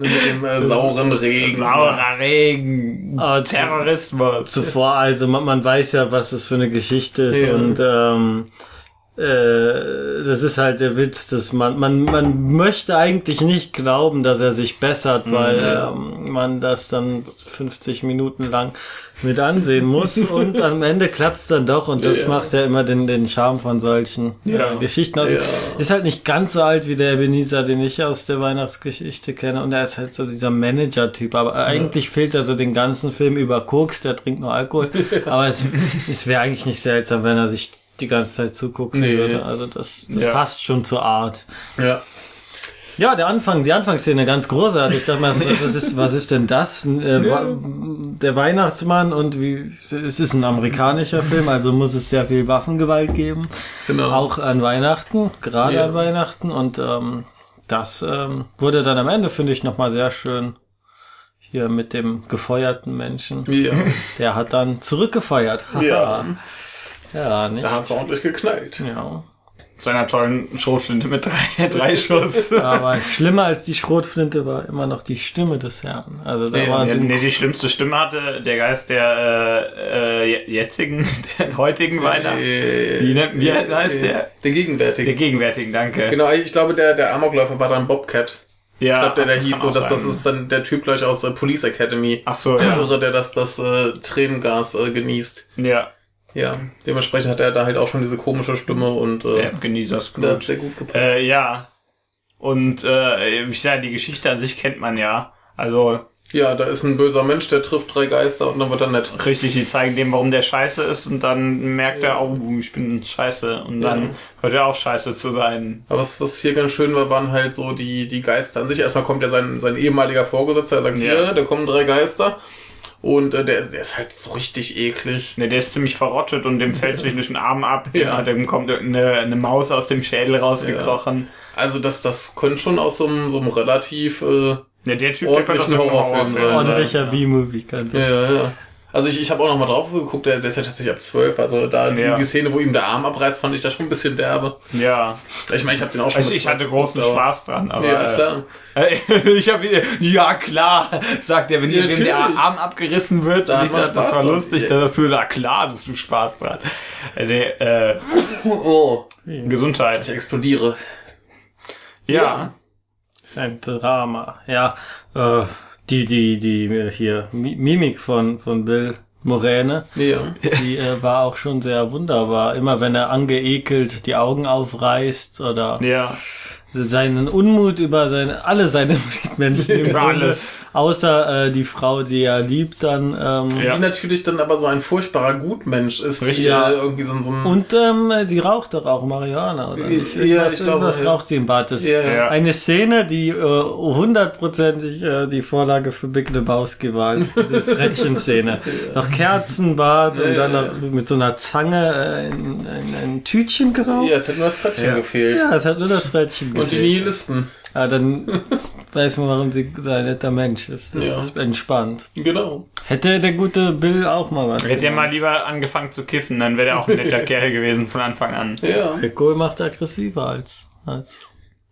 Speaker 1: Ne, Mit dem äh, sauren Regen.
Speaker 3: Saurer Regen,
Speaker 2: Ah, zu-
Speaker 3: Terrorismus.
Speaker 2: Zuvor, also man, man weiß ja, was das für eine Geschichte ist
Speaker 1: Ja.
Speaker 2: und ähm, äh, das ist halt der Witz, dass man, man, man möchte eigentlich nicht glauben, dass er sich
Speaker 1: Mhm.
Speaker 2: bessert, weil ähm, man das dann 50 Minuten lang mit ansehen muss und am Ende klappt's dann doch und das
Speaker 1: Ja.
Speaker 2: macht ja immer den, den Charme von solchen
Speaker 3: Ja.
Speaker 2: äh, Geschichten. Also
Speaker 1: Ja.
Speaker 2: ist halt nicht ganz so alt wie der Ebenezer, den ich aus der Weihnachtsgeschichte kenne. Und er ist halt so dieser Manager-Typ. Aber eigentlich fehlt er so den ganzen Film über Koks, der trinkt nur Alkohol. Aber es, es wäre eigentlich nicht seltsam, wenn er sich die ganze Zeit zugucken
Speaker 1: Nee.
Speaker 2: würde. Also das, das
Speaker 3: Ja.
Speaker 2: passt schon zur Art.
Speaker 1: Ja.
Speaker 2: Ja, der Anfang, die Anfangsszene, ganz großartig. Ich dachte mal, was ist, was ist denn das? Äh, wa- Der Weihnachtsmann und wie, es ist ein amerikanischer Film, also muss es sehr viel Waffengewalt geben.
Speaker 1: Genau.
Speaker 2: Auch an Weihnachten, gerade
Speaker 1: Ja.
Speaker 2: an Weihnachten. Und ähm, das ähm, wurde dann am Ende, finde ich, nochmal sehr schön. Hier mit dem gefeuerten Menschen.
Speaker 1: Ja.
Speaker 2: Der hat dann zurückgefeiert.
Speaker 1: ja.
Speaker 2: ja, nicht?
Speaker 1: Da hat's ordentlich geknallt.
Speaker 2: Ja.
Speaker 3: Zu einer tollen Schrotflinte mit drei, drei Schuss.
Speaker 2: Aber schlimmer als die Schrotflinte war immer noch die Stimme des Herrn. Also da
Speaker 1: Nee,
Speaker 2: war
Speaker 1: nee,
Speaker 2: sie
Speaker 3: Nee, die schlimmste Stimme hatte der Geist der äh, äh, je- jetzigen, der heutigen Weihnachten.
Speaker 1: Äh,
Speaker 3: Wie nennt- wie heißt der?
Speaker 1: Der
Speaker 3: Der
Speaker 1: gegenwärtige.
Speaker 3: gegenwärtigen, danke.
Speaker 1: Genau, ich glaube, der, der Amokläufer war dann Bobcat.
Speaker 3: Ja,
Speaker 1: Ich glaube, der, der
Speaker 3: das
Speaker 1: hieß
Speaker 3: kann
Speaker 1: so,
Speaker 3: auch
Speaker 1: dass das
Speaker 3: sein.
Speaker 1: ist dann der Typ gleich aus äh, Police Academy.
Speaker 3: Ach so,
Speaker 1: Der
Speaker 3: ja.
Speaker 1: Irre, der das, das äh, Tränengas äh, genießt.
Speaker 3: Ja,
Speaker 1: Ja, dementsprechend hat er da halt auch schon diese komische Stimme und äh,
Speaker 3: der Genießer
Speaker 1: der hat
Speaker 3: Scrooge.
Speaker 1: sehr gut gepasst.
Speaker 3: Äh, ja. Und äh, wie ich sage, die Geschichte an sich kennt man ja. Also
Speaker 1: Ja, da ist ein böser Mensch, der trifft drei Geister und dann wird er nett.
Speaker 3: Richtig, die zeigen dem, warum der scheiße ist und dann merkt er, oh, ich bin scheiße und dann
Speaker 1: Ja.
Speaker 3: hört er auf scheiße zu sein.
Speaker 1: Aber was, was hier ganz schön war, waren halt so die, die Geister an sich. Erstmal kommt ja sein, sein ehemaliger Vorgesetzter, der sagt,
Speaker 3: Ja.
Speaker 1: hier, da kommen drei Geister. Und äh, der, der ist halt so richtig eklig.
Speaker 3: Ne, der ist ziemlich verrottet und dem fällt sich durch den Arm ab.
Speaker 1: Ja.
Speaker 3: Ja. Dem kommt irgendeine eine Maus aus dem Schädel rausgekrochen.
Speaker 1: Also das, das könnte schon aus so einem, so einem relativ... Äh,
Speaker 3: Ne, der Typ, der
Speaker 1: Ordentlich
Speaker 3: könnte
Speaker 1: ein
Speaker 3: aus einem
Speaker 1: Horrorfilm
Speaker 3: Horrorfilm
Speaker 1: sein.
Speaker 3: sein.
Speaker 2: Ordentlicher B-Movie kann
Speaker 1: ja, ja, ja. Also ich, ich habe auch nochmal drauf geguckt, der, der ist ja tatsächlich ab 12. Also da die,
Speaker 3: Ja.
Speaker 1: die Szene, wo ihm der Arm abreißt, fand ich da schon ein bisschen derbe.
Speaker 3: Ja,
Speaker 1: Ich meine, ich habe den auch schon...
Speaker 3: also
Speaker 1: mit
Speaker 3: ich
Speaker 1: 12
Speaker 3: hatte großen
Speaker 1: geguckt, aber-
Speaker 3: Spaß dran, aber
Speaker 1: Ja,
Speaker 3: äh,
Speaker 1: klar.
Speaker 3: Äh, ich habe ja klar, sagt er, wenn
Speaker 1: Ja,
Speaker 3: ihr wenn der
Speaker 1: natürlich.
Speaker 3: Arm abgerissen wird,
Speaker 1: Da
Speaker 3: und
Speaker 1: hat
Speaker 3: ich
Speaker 1: man
Speaker 3: sag, das
Speaker 1: Spaß
Speaker 3: war
Speaker 1: dran.
Speaker 3: lustig,
Speaker 1: Ja.
Speaker 3: dass du da klar, dass du Spaß dran. Äh, nee, äh,
Speaker 1: Oh, ich
Speaker 3: Gesundheit.
Speaker 1: explodiere.
Speaker 3: Ja.
Speaker 2: Ist ein Drama. Ja, äh, die, die, die äh, hier, Mi- Mimik von, von Bill Moräne,
Speaker 1: Ja.
Speaker 2: die äh, war auch schon sehr wunderbar. Immer wenn er angeekelt die Augen aufreißt oder
Speaker 3: Ja.
Speaker 2: seinen Unmut über seine, alle seine Mitmenschen im
Speaker 3: Über
Speaker 2: Grunde,
Speaker 3: alles.
Speaker 2: außer äh, die Frau, die er liebt, dann ähm,
Speaker 3: Ja.
Speaker 1: Die natürlich dann aber so ein furchtbarer Gutmensch ist, die
Speaker 3: Richtig.
Speaker 2: Ja.
Speaker 1: äh, irgendwie so, so ein...
Speaker 2: Und ähm, sie raucht doch auch Marihuana, oder nicht?
Speaker 1: Ja,
Speaker 2: Irgendwas,
Speaker 1: ich glaube,
Speaker 2: irgendwas
Speaker 1: ja.
Speaker 2: raucht sie im Bad. Das
Speaker 1: Ja,
Speaker 2: ist
Speaker 1: ja.
Speaker 2: eine Szene, die äh, hundertprozentig äh, die Vorlage für Big Lebowski war. Ist diese Frettchen-Szene. Noch Kerzenbad und dann
Speaker 1: ja,
Speaker 2: noch mit so einer Zange äh, ein, ein, ein Tütchen geraucht.
Speaker 1: Ja, es hat nur das Frettchen
Speaker 3: Ja.
Speaker 1: gefehlt.
Speaker 2: Ja, es hat nur das Frettchen
Speaker 1: Und die
Speaker 2: gefehlt.
Speaker 1: Nihilisten.
Speaker 2: Ja, dann weiß man, warum sie so ein netter Mensch ist. Das ist entspannt.
Speaker 1: Genau.
Speaker 2: Hätte der gute Bill auch mal was
Speaker 3: Hätte er
Speaker 2: gemacht.
Speaker 3: mal lieber angefangen zu kiffen, dann wäre er auch ein netter Kerl gewesen von Anfang an.
Speaker 1: Ja.
Speaker 2: Alkohol macht aggressiver als, als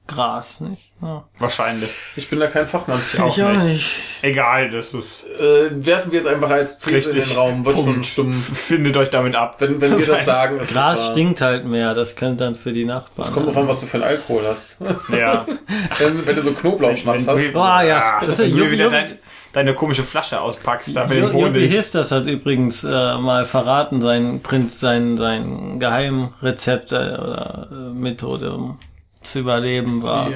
Speaker 2: Gras, nicht? Ja.
Speaker 3: Wahrscheinlich.
Speaker 1: Ich bin da kein Fachmann.
Speaker 3: Auch
Speaker 2: ich auch
Speaker 3: nicht.
Speaker 2: nicht.
Speaker 3: Egal, das ist.
Speaker 1: Äh, werfen wir jetzt einfach als These in den
Speaker 3: Richtig.
Speaker 1: Raum. Wird schon
Speaker 3: Punkt.
Speaker 1: stumpf.
Speaker 3: Findet euch damit ab.
Speaker 1: Wenn, wenn wir das sagen, ist
Speaker 2: Gras
Speaker 1: das wahr.
Speaker 2: stinkt halt mehr, das könnte dann für die Nachbarn.
Speaker 1: Es kommt drauf an, was du für einen Alkohol hast.
Speaker 3: Ja.
Speaker 1: wenn, wenn du so Knoblauchschnaps hast.
Speaker 3: du-
Speaker 2: Ah, ja. Das ist ja
Speaker 3: Wenn du
Speaker 2: Juppie,
Speaker 3: wieder
Speaker 2: Juppie.
Speaker 3: dein, deine komische Flasche auspackst, da mit
Speaker 2: Jo-
Speaker 3: dem
Speaker 2: Jogi
Speaker 3: Honig.
Speaker 2: Histers hat übrigens äh, mal verraten, sein Prinz, sein, sein Geheimrezept äh, oder äh, Methode, um zu überleben, war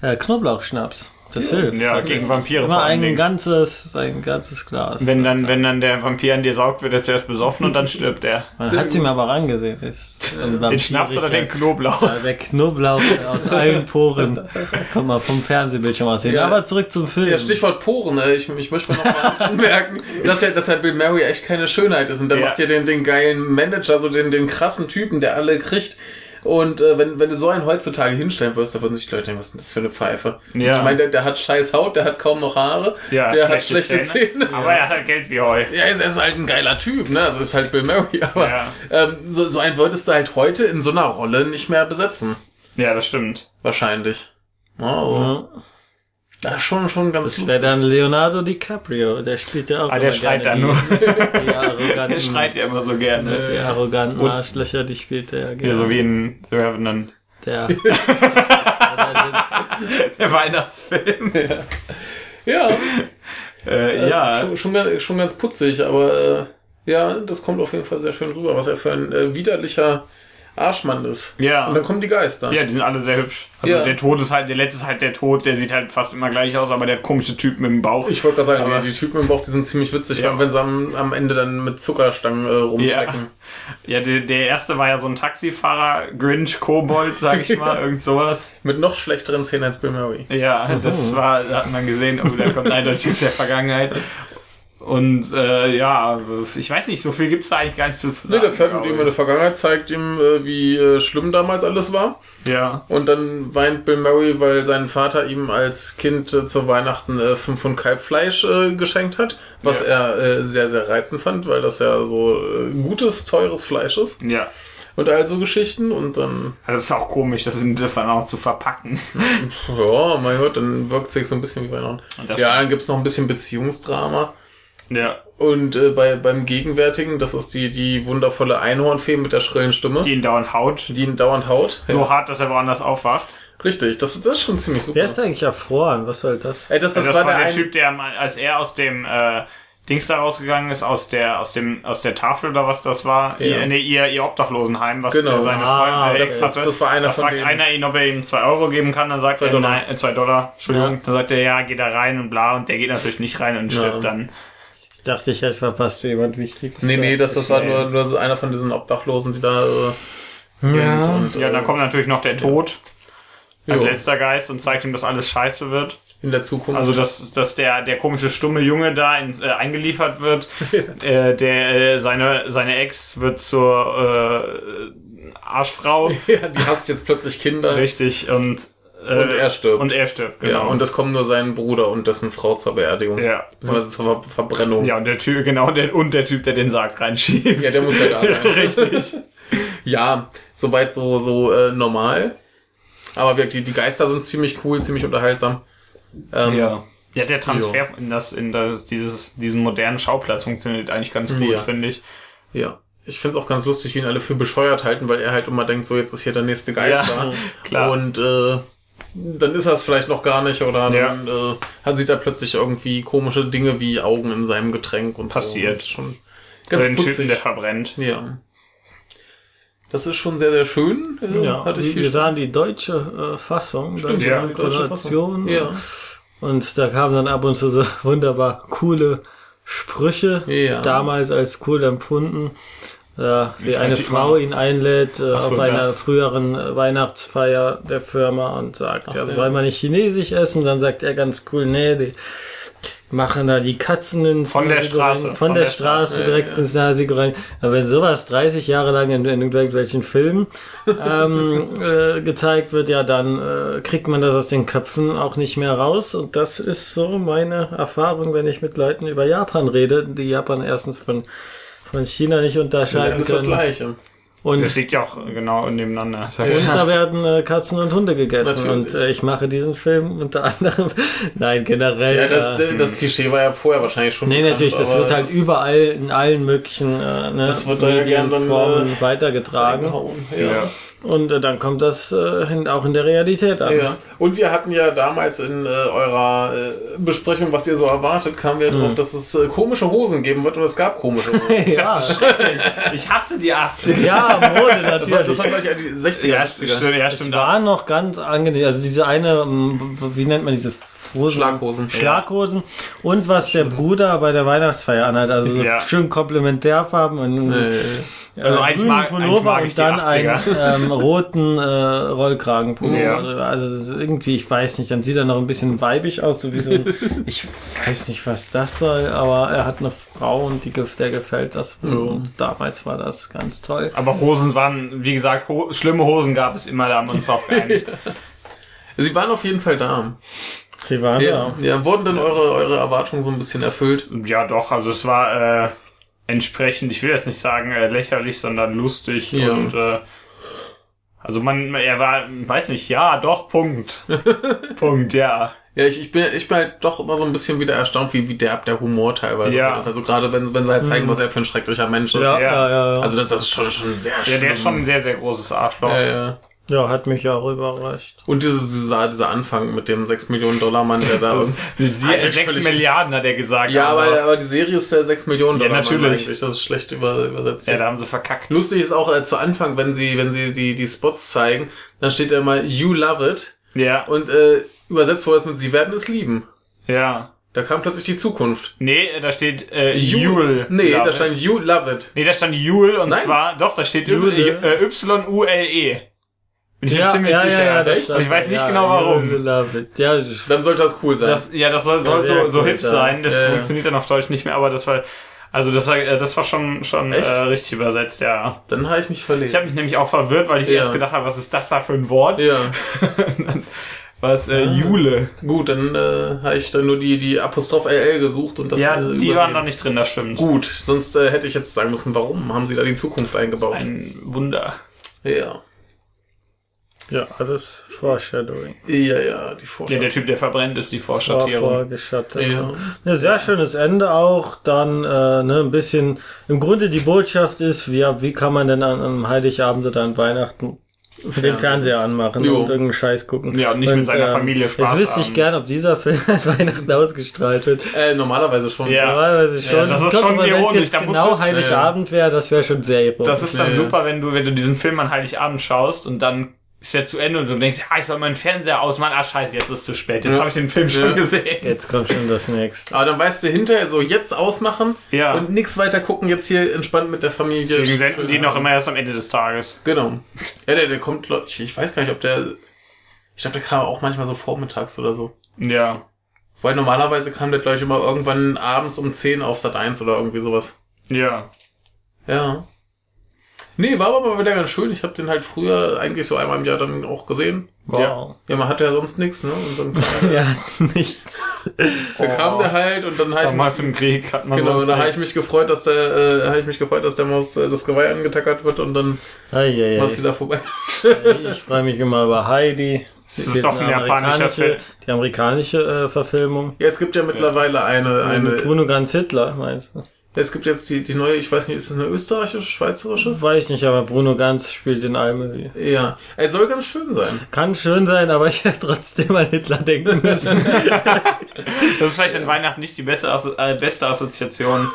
Speaker 1: Ja.
Speaker 2: äh, Knoblauchschnaps. Das hilft.
Speaker 3: Ja,
Speaker 2: tatsächlich.
Speaker 3: gegen Vampire vor
Speaker 2: Immer
Speaker 3: allen
Speaker 2: ein
Speaker 3: Dingen.
Speaker 2: ganzes, ein ganzes Glas.
Speaker 3: Wenn dann, wenn dann der Vampir an dir saugt, wird er zuerst besoffen und dann stirbt er.
Speaker 2: Man hat sie mir aber rangesehen. Ist so ein
Speaker 3: Den Schnaps oder den
Speaker 2: vampirischer-
Speaker 3: Knoblauch?
Speaker 2: Ja, der Knoblauch aus allen Poren kann man vom Fernsehbildschirm aussehen.
Speaker 1: Ja.
Speaker 2: Aber zurück zum Film.
Speaker 1: Ja, Stichwort Poren. äh, Ich, ich möchte mal nochmal anmerken, dass ja, dass ja Bill Murray echt keine Schönheit ist. Und der
Speaker 3: Ja.
Speaker 1: macht ja den, den geilen Manager, so den, den krassen Typen, der alle kriegt. Und äh, wenn, wenn du so einen heutzutage hinstellen würdest, da würden sich die Leute denken, was ist denn das für eine Pfeife?
Speaker 3: Ja.
Speaker 1: Ich meine, der, der hat scheiß Haut, der hat kaum noch Haare, der hat schlechte Zähne.
Speaker 3: Aber er hat halt Geld wie Heu.
Speaker 1: Ja, er ist, er ist halt ein geiler Typ, ne? Also ist halt Bill Murray, aber
Speaker 3: Ja.
Speaker 1: ähm, so, so einen würdest du halt heute in so einer Rolle nicht mehr besetzen.
Speaker 3: Ja, das stimmt.
Speaker 1: Wahrscheinlich. Oh,
Speaker 2: Ja.
Speaker 1: das ist schon, schon ganz
Speaker 2: Das wäre dann Leonardo DiCaprio, der spielt ja auch.
Speaker 3: Ah, der
Speaker 2: immer
Speaker 3: schreit
Speaker 2: gerne
Speaker 3: dann nur.
Speaker 2: Die, die
Speaker 3: Er
Speaker 2: arroganten,
Speaker 3: schreit ja immer so gerne.
Speaker 2: die arroganten Arschlöcher, die spielt er Äh, ja
Speaker 3: Ja,
Speaker 2: gerne.
Speaker 3: so wie in The Revenant.
Speaker 2: der,
Speaker 3: Der Weihnachtsfilm.
Speaker 1: Ja,
Speaker 3: Äh, ja.
Speaker 1: Schon, schon, ga- schon ganz putzig, aber äh, ja, das kommt auf jeden Fall sehr schön rüber, was er für ein äh, widerlicher Arschmann ist.
Speaker 3: Ja.
Speaker 1: Und dann kommen die Geister.
Speaker 3: Ja, die sind alle sehr hübsch. Also
Speaker 1: Ja.
Speaker 3: der Tod ist halt, der letzte ist halt der Tod, der sieht halt fast immer gleich aus, aber der hat komische Typen im Bauch.
Speaker 1: Ich wollte gerade sagen,
Speaker 3: Aber-
Speaker 1: die, die Typen im Bauch, die sind ziemlich witzig,
Speaker 3: Ja.
Speaker 1: weil wenn sie am, am Ende dann mit Zuckerstangen äh, rumstecken.
Speaker 3: ja, der, der erste war ja so ein Taxifahrer, Grinch, Kobold, sag ich mal, irgend sowas.
Speaker 1: Mit noch schlechteren Szenen als Bill Murray.
Speaker 3: Ja,
Speaker 1: Mhm.
Speaker 3: das war, da hat man gesehen, oh, da kommt eindeutig aus der Vergangenheit. Und äh, ja, ich weiß nicht, so viel gibt's da eigentlich gar nicht zu sagen.
Speaker 1: Nee, der fährt mit
Speaker 3: glaub
Speaker 1: ihm in der
Speaker 3: ich.
Speaker 1: Vergangenheit, zeigt ihm, äh, wie äh, schlimm damals alles war.
Speaker 3: Ja,
Speaker 1: Und dann weint Bill Murray, weil sein Vater ihm als Kind äh, zu Weihnachten äh, fünf Pfund Kalbfleisch äh, geschenkt hat, was er äh, sehr, sehr reizend fand, weil das ja so äh, gutes, teures Fleisch ist
Speaker 3: ja.
Speaker 1: und all so Geschichten. Und dann,
Speaker 3: Also das ist auch komisch, das, das dann auch zu verpacken.
Speaker 1: ja, mein Gott, dann wirkt sich so ein bisschen wie Weihnachten.
Speaker 3: Und das-
Speaker 1: Ja, dann gibt's noch ein bisschen Beziehungsdrama.
Speaker 3: Ja,
Speaker 1: Und äh, bei, beim Gegenwärtigen, das ist die, die wundervolle Einhornfee mit der schrillen Stimme,
Speaker 3: die ihn dauernd haut.
Speaker 1: die ihn dauernd haut.
Speaker 3: So hart, dass er woanders aufwacht.
Speaker 1: Richtig, das, das ist schon ziemlich super.
Speaker 2: der ist eigentlich erfroren, was soll das?
Speaker 1: Ey, das, das,
Speaker 3: Also
Speaker 1: war, der,
Speaker 3: der
Speaker 1: ein,
Speaker 3: Typ, der mal, als er aus dem äh, Dings da rausgegangen ist aus der aus dem aus der Tafel oder was das war,
Speaker 1: Ja.
Speaker 3: ihr, nee, ihr ihr Obdachlosenheim, was
Speaker 1: Genau.
Speaker 3: äh, seine
Speaker 2: Ah,
Speaker 3: Freundin
Speaker 2: das
Speaker 3: Ex
Speaker 1: ist-
Speaker 3: hatte.
Speaker 1: das war einer
Speaker 3: da
Speaker 1: von
Speaker 3: fragt
Speaker 1: denen.
Speaker 3: einer ihn, ob er ihm zwei Euro geben kann, dann sagt
Speaker 1: Zwei
Speaker 3: er
Speaker 1: Dollar.
Speaker 3: nein, äh, zwei Dollar, Entschuldigung,
Speaker 2: Ja.
Speaker 3: dann sagt er ja, geht da rein und bla und der geht natürlich nicht rein und stirbt dann.
Speaker 2: Ich dachte, ich hätte verpasst, wie jemand wichtig ist.
Speaker 1: Nee, nee, das, das war
Speaker 3: nee,
Speaker 1: nur,
Speaker 3: das-
Speaker 1: nur so einer von diesen Obdachlosen, die da äh, sind.
Speaker 2: Ja.
Speaker 1: Und,
Speaker 3: Ja,
Speaker 1: äh,
Speaker 3: dann kommt natürlich noch der Tod als
Speaker 1: jo,
Speaker 3: letzter Geist und zeigt ihm, dass alles scheiße wird.
Speaker 1: in der Zukunft.
Speaker 3: Also dass, dass der, der komische stumme Junge da in, äh, eingeliefert wird, äh, der äh, seine, seine Ex wird zur äh, Arschfrau,
Speaker 1: ja, die hasst jetzt plötzlich Kinder.
Speaker 3: richtig, und, äh,
Speaker 1: Und er stirbt.
Speaker 3: Und er stirbt, genau.
Speaker 1: Ja, und das kommen nur sein Bruder und dessen Frau zur Beerdigung.
Speaker 3: Ja.
Speaker 1: Beziehungsweise zur Ver Verbrennung.
Speaker 3: ja, und der Typ, genau, der, und der Typ, der den Sarg reinschiebt.
Speaker 1: Ja, der muss ja da sein.
Speaker 3: Richtig.
Speaker 1: Ja, soweit so, so äh, normal. Aber wirklich, die Geister sind ziemlich cool, ziemlich unterhaltsam. Ähm,
Speaker 3: Ja, der Transfer in das, in das, dieses, diesen modernen Schauplatz funktioniert eigentlich ganz gut,
Speaker 1: Ja.
Speaker 3: finde ich.
Speaker 1: Ja. Ich find's auch ganz lustig, wie ihn alle für bescheuert halten, weil er halt immer denkt, so jetzt ist hier der nächste Geist
Speaker 3: Ja,
Speaker 1: da.
Speaker 3: klar.
Speaker 1: Und äh, dann ist er es vielleicht noch gar nicht oder
Speaker 3: Ja.
Speaker 1: dann äh, dann sieht er plötzlich irgendwie komische Dinge wie Augen in seinem Getränk und
Speaker 3: Passiert.
Speaker 1: So. Das ist schon
Speaker 3: Oder
Speaker 1: ganz
Speaker 3: den Typen,
Speaker 1: putzig.
Speaker 3: der verbrennt.
Speaker 1: Ja. Das ist schon sehr, sehr schön. Äh,
Speaker 2: Ja,
Speaker 1: Hatte ich viel
Speaker 2: wir sahen
Speaker 1: Spaß.
Speaker 2: die deutsche äh, Fassung, deutsche
Speaker 3: ja.
Speaker 2: Synchronisation.
Speaker 1: Ja.
Speaker 2: Und da kamen dann ab und zu so wunderbar coole Sprüche,
Speaker 1: Ja.
Speaker 2: damals als cool empfunden. Ja, wie
Speaker 3: Ich
Speaker 2: eine
Speaker 3: fand die
Speaker 2: Frau
Speaker 3: immer-
Speaker 2: ihn einlädt äh,
Speaker 3: Ach so,
Speaker 2: auf einer
Speaker 3: das.
Speaker 2: früheren äh, Weihnachtsfeier der Firma und sagt, ja, so
Speaker 1: ja.
Speaker 2: wollen wir nicht chinesisch essen? Dann sagt er ganz cool, nee, die machen da die Katzen ins
Speaker 3: Von der
Speaker 2: Nasi-Goreng-
Speaker 3: Straße,
Speaker 2: von, der, Straße, direkt
Speaker 1: ja.
Speaker 2: ins Nasi-Goreng. Aber wenn sowas 30 Jahre lang in, in irgendwelchen Filmen ähm, äh, gezeigt wird, ja, dann äh, kriegt man das aus den Köpfen auch nicht mehr raus. Und das ist so meine Erfahrung, wenn ich mit Leuten über Japan rede, die Japan erstens von, von China nicht
Speaker 1: Das ist
Speaker 2: unterscheiden
Speaker 1: alles das
Speaker 2: können.
Speaker 1: Gleiche.
Speaker 2: Und,
Speaker 3: Das liegt ja auch genau nebeneinander.
Speaker 2: und da werden äh, Katzen und Hunde gegessen.
Speaker 1: Natürlich.
Speaker 2: Und äh, ich mache diesen Film unter anderem, nein, generell.
Speaker 1: Ja,
Speaker 2: äh,
Speaker 1: das, das Klischee war ja vorher wahrscheinlich schon.
Speaker 2: Nee, natürlich, das
Speaker 1: aber
Speaker 2: wird halt überall in allen möglichen äh, ne,
Speaker 1: Das wird da ja gern dann,
Speaker 2: Medienformen
Speaker 1: äh,
Speaker 2: weitergetragen.
Speaker 1: reingehauen.
Speaker 3: Ja.
Speaker 1: Ja.
Speaker 2: Und äh, dann kommt das äh, in, auch in der Realität an.
Speaker 1: Ja. Und wir hatten ja damals in äh, eurer äh, Besprechung, was ihr so erwartet, kamen wir
Speaker 3: Mhm.
Speaker 1: drauf, dass es äh, komische Hosen geben wird und es gab komische Hosen.
Speaker 3: Das ist
Speaker 2: ja.
Speaker 3: schrecklich. Ich hasse die 80er.
Speaker 2: ja, Mode
Speaker 1: Das war,
Speaker 2: natürlich.
Speaker 1: das waren gleich die 60er,
Speaker 3: Ja,
Speaker 1: 70er.
Speaker 3: stimmt, ja,
Speaker 2: Es
Speaker 3: stimmt.
Speaker 2: war noch ganz angenehm. Also diese eine, ähm, wie nennt man diese Hosen?
Speaker 1: Schlaghosen.
Speaker 2: Schlaghosen. Und was der Bruder bei der Weihnachtsfeier anhat. Also so
Speaker 3: Ja.
Speaker 2: schön Komplementärfarben und
Speaker 1: Äh,
Speaker 3: Also
Speaker 2: äh,
Speaker 3: eigentlich
Speaker 2: grünen
Speaker 3: mag- eigentlich
Speaker 2: Pullover
Speaker 3: mag ich
Speaker 2: und dann
Speaker 3: die
Speaker 2: einen
Speaker 3: 80er.
Speaker 2: ähm, roten äh, Rollkragenpullover.
Speaker 3: Ja.
Speaker 2: Also es ist irgendwie, ich weiß nicht, dann sieht er noch ein bisschen weibig aus, so wie so ein, ich weiß nicht, was das soll, aber er hat eine Frau und die, gef- der gefällt das.
Speaker 3: Mhm.
Speaker 2: Und damals war das ganz toll.
Speaker 3: Aber Hosen waren, wie gesagt, ho schlimme Hosen gab es immer, da haben wir uns drauf geeinigt.
Speaker 1: Sie waren auf jeden Fall da.
Speaker 2: Sie waren
Speaker 1: Ja. ja. Wurden denn eure, eure Erwartungen so ein bisschen erfüllt?
Speaker 3: ja, doch, also es war äh, entsprechend, ich will jetzt nicht sagen äh, lächerlich, sondern lustig
Speaker 1: Ja.
Speaker 3: und äh, also man, er war, weiß nicht, ja, doch, Punkt. Punkt, ja.
Speaker 1: Ja, ich, ich, bin, ich bin halt doch immer so ein bisschen wieder erstaunt, wie, wie derb der Humor teilweise
Speaker 3: Ja. Mhm.
Speaker 1: ist. Also gerade wenn, wenn sie halt zeigen, was er für ein schrecklicher Mensch ist.
Speaker 2: Ja, ja, ja.
Speaker 3: Ja.
Speaker 2: ja,
Speaker 1: Also das, das ist schon, schon sehr
Speaker 3: Ja,
Speaker 1: schlimm.
Speaker 3: der ist schon ein sehr, sehr großes Arschloch.
Speaker 1: ja, ja.
Speaker 2: Ja, hat mich auch überrascht.
Speaker 1: Und dieses, dieser, dieser Anfang mit dem 6 Millionen Dollar Mann, der da irgendwie-
Speaker 3: Sie,
Speaker 1: Eigentlich
Speaker 3: Also, sechs
Speaker 1: Also, völlig-
Speaker 3: Milliarden hat er gesagt.
Speaker 1: Ja, aber, aber die Serie ist der 6 Millionen
Speaker 3: Ja,
Speaker 1: Dollar Mann
Speaker 3: natürlich.
Speaker 1: eigentlich. Das ist schlecht über, übersetzt.
Speaker 3: ja, da haben sie verkackt.
Speaker 1: Lustig ist auch äh, zu Anfang, wenn sie, wenn sie die, die Spots zeigen, dann steht da immer You love it
Speaker 3: Ja,
Speaker 1: und äh, übersetzt wurde es mit Sie werden es lieben.
Speaker 3: ja.
Speaker 1: Da kam plötzlich die Zukunft.
Speaker 3: Nee, da steht äh, Jule.
Speaker 1: Nee,
Speaker 3: glaub
Speaker 1: da
Speaker 3: ich.
Speaker 1: stand You love it.
Speaker 3: Nee, da stand Jule und
Speaker 1: Nein.
Speaker 3: zwar, doch, da steht äh,
Speaker 2: Jule.
Speaker 3: Y-U-L-E. E. Bin ich mir ziemlich sicher.
Speaker 1: echt?
Speaker 2: stimmt.
Speaker 3: Und ich weiß nicht
Speaker 2: Ja,
Speaker 3: genau
Speaker 2: you
Speaker 3: warum.
Speaker 2: love it. Ja, ich-
Speaker 1: Dann sollte das cool sein.
Speaker 3: Das, ja, das soll, soll
Speaker 2: sehr
Speaker 3: so, so
Speaker 2: cool,
Speaker 3: hip
Speaker 2: ja.
Speaker 3: sein, das
Speaker 1: Ja, ja.
Speaker 3: funktioniert dann auf Deutsch nicht mehr, aber das war, also das war, äh, das war schon, schon äh,
Speaker 1: Echt?
Speaker 3: richtig übersetzt, ja.
Speaker 1: dann habe ich mich
Speaker 3: Ich habe
Speaker 1: verlesen.
Speaker 3: mich nämlich auch verwirrt, weil ich
Speaker 1: Ja.
Speaker 3: erst gedacht habe, was ist das da für ein Wort?
Speaker 1: Ja,
Speaker 3: Was, äh, Jule.
Speaker 1: gut, dann äh, habe ich dann nur die, die Apostroph LL gesucht und das
Speaker 3: ja,
Speaker 1: äh,
Speaker 3: die
Speaker 1: übersehen.
Speaker 3: waren da nicht drin, das stimmt.
Speaker 1: Gut, sonst äh, hätte ich jetzt sagen müssen, warum haben sie da die Zukunft eingebaut?
Speaker 3: Ein Wunder.
Speaker 1: Ja.
Speaker 2: ja, alles Foreshadowing.
Speaker 1: Ja, ja, die
Speaker 3: Ja,
Speaker 1: Vorstellung.
Speaker 3: der Typ, der verbrennt, ist die
Speaker 2: War
Speaker 3: Vorschattierung.
Speaker 2: vorgeschattet. ne?
Speaker 1: Ja.
Speaker 2: Ein sehr schönes Ende auch. Dann äh, ne, ein bisschen, im Grunde die Botschaft ist, wie, wie kann man denn an, an Heiligabend oder an Weihnachten Für den Fernseher anmachen
Speaker 1: Jo.
Speaker 2: und irgendeinen Scheiß gucken.
Speaker 3: Ja, und nicht mit seiner Familie Spaß
Speaker 2: Jetzt wüsste ich
Speaker 3: haben.
Speaker 2: gern, ob dieser Film an Weihnachten ausgestrahlt wird.
Speaker 1: Äh, normalerweise schon.
Speaker 3: Ja.
Speaker 2: Normalerweise schon.
Speaker 3: Ja, das
Speaker 2: Ich
Speaker 3: ist
Speaker 2: glaub,
Speaker 3: schon
Speaker 2: aber wenn's
Speaker 3: ironisch.
Speaker 2: jetzt
Speaker 3: Da musst
Speaker 2: genau
Speaker 3: du-
Speaker 2: Heiligabend wäre, das wäre schon sehr ironisch.
Speaker 3: Das ist dann
Speaker 1: Ja.
Speaker 3: super, wenn du, wenn du diesen Film an Heiligabend schaust und dann ist er zu Ende und du denkst, ah, ich soll meinen Fernseher ausmachen. Ah, scheiße, jetzt ist es zu spät. Jetzt
Speaker 1: Ja.
Speaker 3: habe ich den Film schon
Speaker 1: Ja.
Speaker 3: gesehen.
Speaker 2: jetzt kommt schon das nächste.
Speaker 1: Aber dann weißt du hinterher so, jetzt ausmachen
Speaker 3: Ja.
Speaker 1: und nichts weiter gucken, jetzt hier entspannt mit der Familie.
Speaker 3: Deswegen senden die
Speaker 1: Schön
Speaker 3: noch
Speaker 1: haben.
Speaker 3: immer erst am Ende des Tages.
Speaker 1: Genau. Ja, der, der kommt, glaub ich, ich weiß gar nicht, ob der. Ich glaube, der kam auch manchmal so vormittags oder so.
Speaker 3: Ja.
Speaker 1: Weil normalerweise kam der, gleich ich, immer irgendwann abends um 10 auf Sat 1 oder irgendwie sowas.
Speaker 3: Ja.
Speaker 1: Ja. Nee, war aber mal wieder ganz schön. Ich habe den halt früher eigentlich so einmal im Jahr dann auch gesehen.
Speaker 2: Wow.
Speaker 1: Ja, man hat ja sonst nichts, ne? Und dann kam,
Speaker 2: Ja, nichts.
Speaker 1: dann kam der halt und dann habe ich mich,
Speaker 3: Oh. Damals im Krieg hat man
Speaker 1: genau,
Speaker 3: sonst
Speaker 1: da habe ich
Speaker 3: nichts.
Speaker 1: mich gefreut, dass der, äh, habe ich mich gefreut, dass der Maus äh, das Geweih angetackert wird und dann
Speaker 2: Eieiei.
Speaker 1: war es wieder vorbei.
Speaker 2: Ich freue mich immer über Heidi. Das
Speaker 3: ist doch ein japanischer Film.
Speaker 2: Die amerikanische äh, Verfilmung.
Speaker 1: Ja, es gibt ja mittlerweile eine,
Speaker 2: Mit
Speaker 1: eine,
Speaker 2: Bruno Ganz Hitler, meinst du?
Speaker 1: es gibt jetzt die, die neue, ich weiß nicht, ist es eine österreichische, schweizerische?
Speaker 2: Weiß ich nicht, aber Bruno Ganz spielt in Almery.
Speaker 1: Ja, es soll ganz schön sein.
Speaker 2: Kann schön sein, aber ich hätte trotzdem an Hitler denken müssen.
Speaker 3: Das ist vielleicht an Weihnachten nicht die beste, Asso äh, beste Assoziation.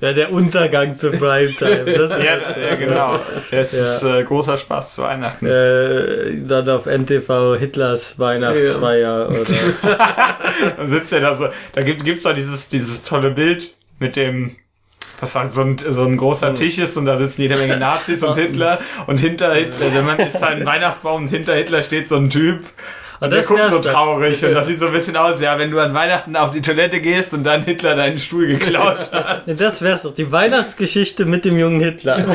Speaker 2: ja, der Untergang zu Primetime. Das
Speaker 3: ja,
Speaker 2: wär's.
Speaker 3: ja, genau. Es ist äh, großer Spaß zu Weihnachten.
Speaker 2: Äh, dann auf NTV Hitlers Weihnachtsfeier oder
Speaker 3: Dann sitzt er da so. Da gibt gibt's doch dieses, dieses tolle Bild mit dem, was halt so ein, so ein großer Tisch ist und da sitzen jede Menge Nazis und Hitler und hinter Hitler, der Mann ist halt ein Weihnachtsbaum und hinter Hitler steht so ein Typ.
Speaker 2: Und
Speaker 3: Der
Speaker 2: das
Speaker 3: guckt so
Speaker 2: wär's dann.
Speaker 3: traurig und das sieht so ein bisschen aus, ja, wenn du an Weihnachten auf die Toilette gehst und dann Hitler deinen Stuhl geklaut hat.
Speaker 2: Ja, Das wär's doch, die Weihnachtsgeschichte mit dem jungen Hitler.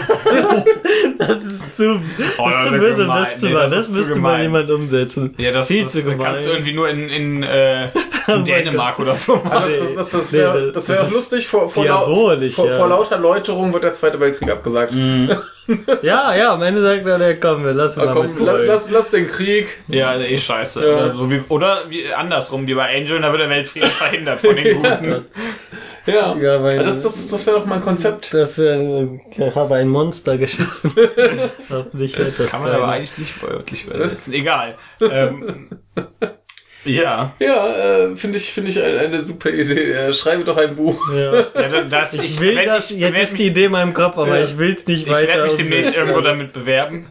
Speaker 2: das ist zu,
Speaker 3: Oh,
Speaker 2: das ist
Speaker 3: das
Speaker 2: zu
Speaker 3: ist
Speaker 2: böse, um
Speaker 3: gemein.
Speaker 2: das zu
Speaker 3: Nee,
Speaker 2: machen.
Speaker 3: das ist
Speaker 2: Das,
Speaker 3: zu
Speaker 2: müsste mal
Speaker 3: gemein.
Speaker 2: jemand umsetzen.
Speaker 3: Ja, das,
Speaker 2: Viel
Speaker 3: das,
Speaker 2: zu
Speaker 3: das kannst du
Speaker 2: gemein.
Speaker 3: irgendwie nur in, in, äh, in
Speaker 2: mein
Speaker 3: Dänemark oder so machen.
Speaker 1: Aber
Speaker 2: Nee.
Speaker 1: Also das, das, das
Speaker 2: Nee,
Speaker 1: wäre
Speaker 2: das-
Speaker 1: das wär
Speaker 2: das
Speaker 1: auch
Speaker 2: ist
Speaker 1: lustig. Vor, vor,
Speaker 2: diabolisch,
Speaker 1: vor,
Speaker 2: ja. Mhm.
Speaker 1: vor lauter Läuterung wird der Zweite Weltkrieg abgesagt.
Speaker 2: Ja, ja, am Ende sagt er, der komm, wir lassen
Speaker 1: Aber
Speaker 2: mal
Speaker 1: Also komm,
Speaker 2: mit
Speaker 1: la,
Speaker 2: Brüllen.
Speaker 1: lass, lass den Krieg.
Speaker 3: Ja, eh scheiße.
Speaker 1: Ja.
Speaker 3: Oder, so wie, oder wie, andersrum, wie bei Angel, da wird der Weltfrieden verhindert von den Guten.
Speaker 1: Ja.
Speaker 2: Ja, weil-
Speaker 1: Aber das das, das wäre doch mal ein Konzept.
Speaker 2: Das äh, ich habe ein Monster geschaffen. Hoffentlich hält das
Speaker 3: Kann man aber
Speaker 2: keiner.
Speaker 3: eigentlich nicht wörtlich übersetzen. Egal. ähm, ja.
Speaker 1: Ja, äh, finde ich, finde ich eine, eine super Idee. Äh, schreibe doch ein Buch.
Speaker 2: ja.
Speaker 3: ja da- das,
Speaker 2: Ich, will
Speaker 3: werd-
Speaker 2: das,
Speaker 3: ich
Speaker 2: jetzt
Speaker 3: werd
Speaker 2: ist die
Speaker 3: mich,
Speaker 2: Idee in meinem Kopf, aber ich will's nicht
Speaker 3: Ich
Speaker 2: weiter.
Speaker 3: werde mich demnächst
Speaker 2: umsetzen.
Speaker 3: irgendwo damit bewerben.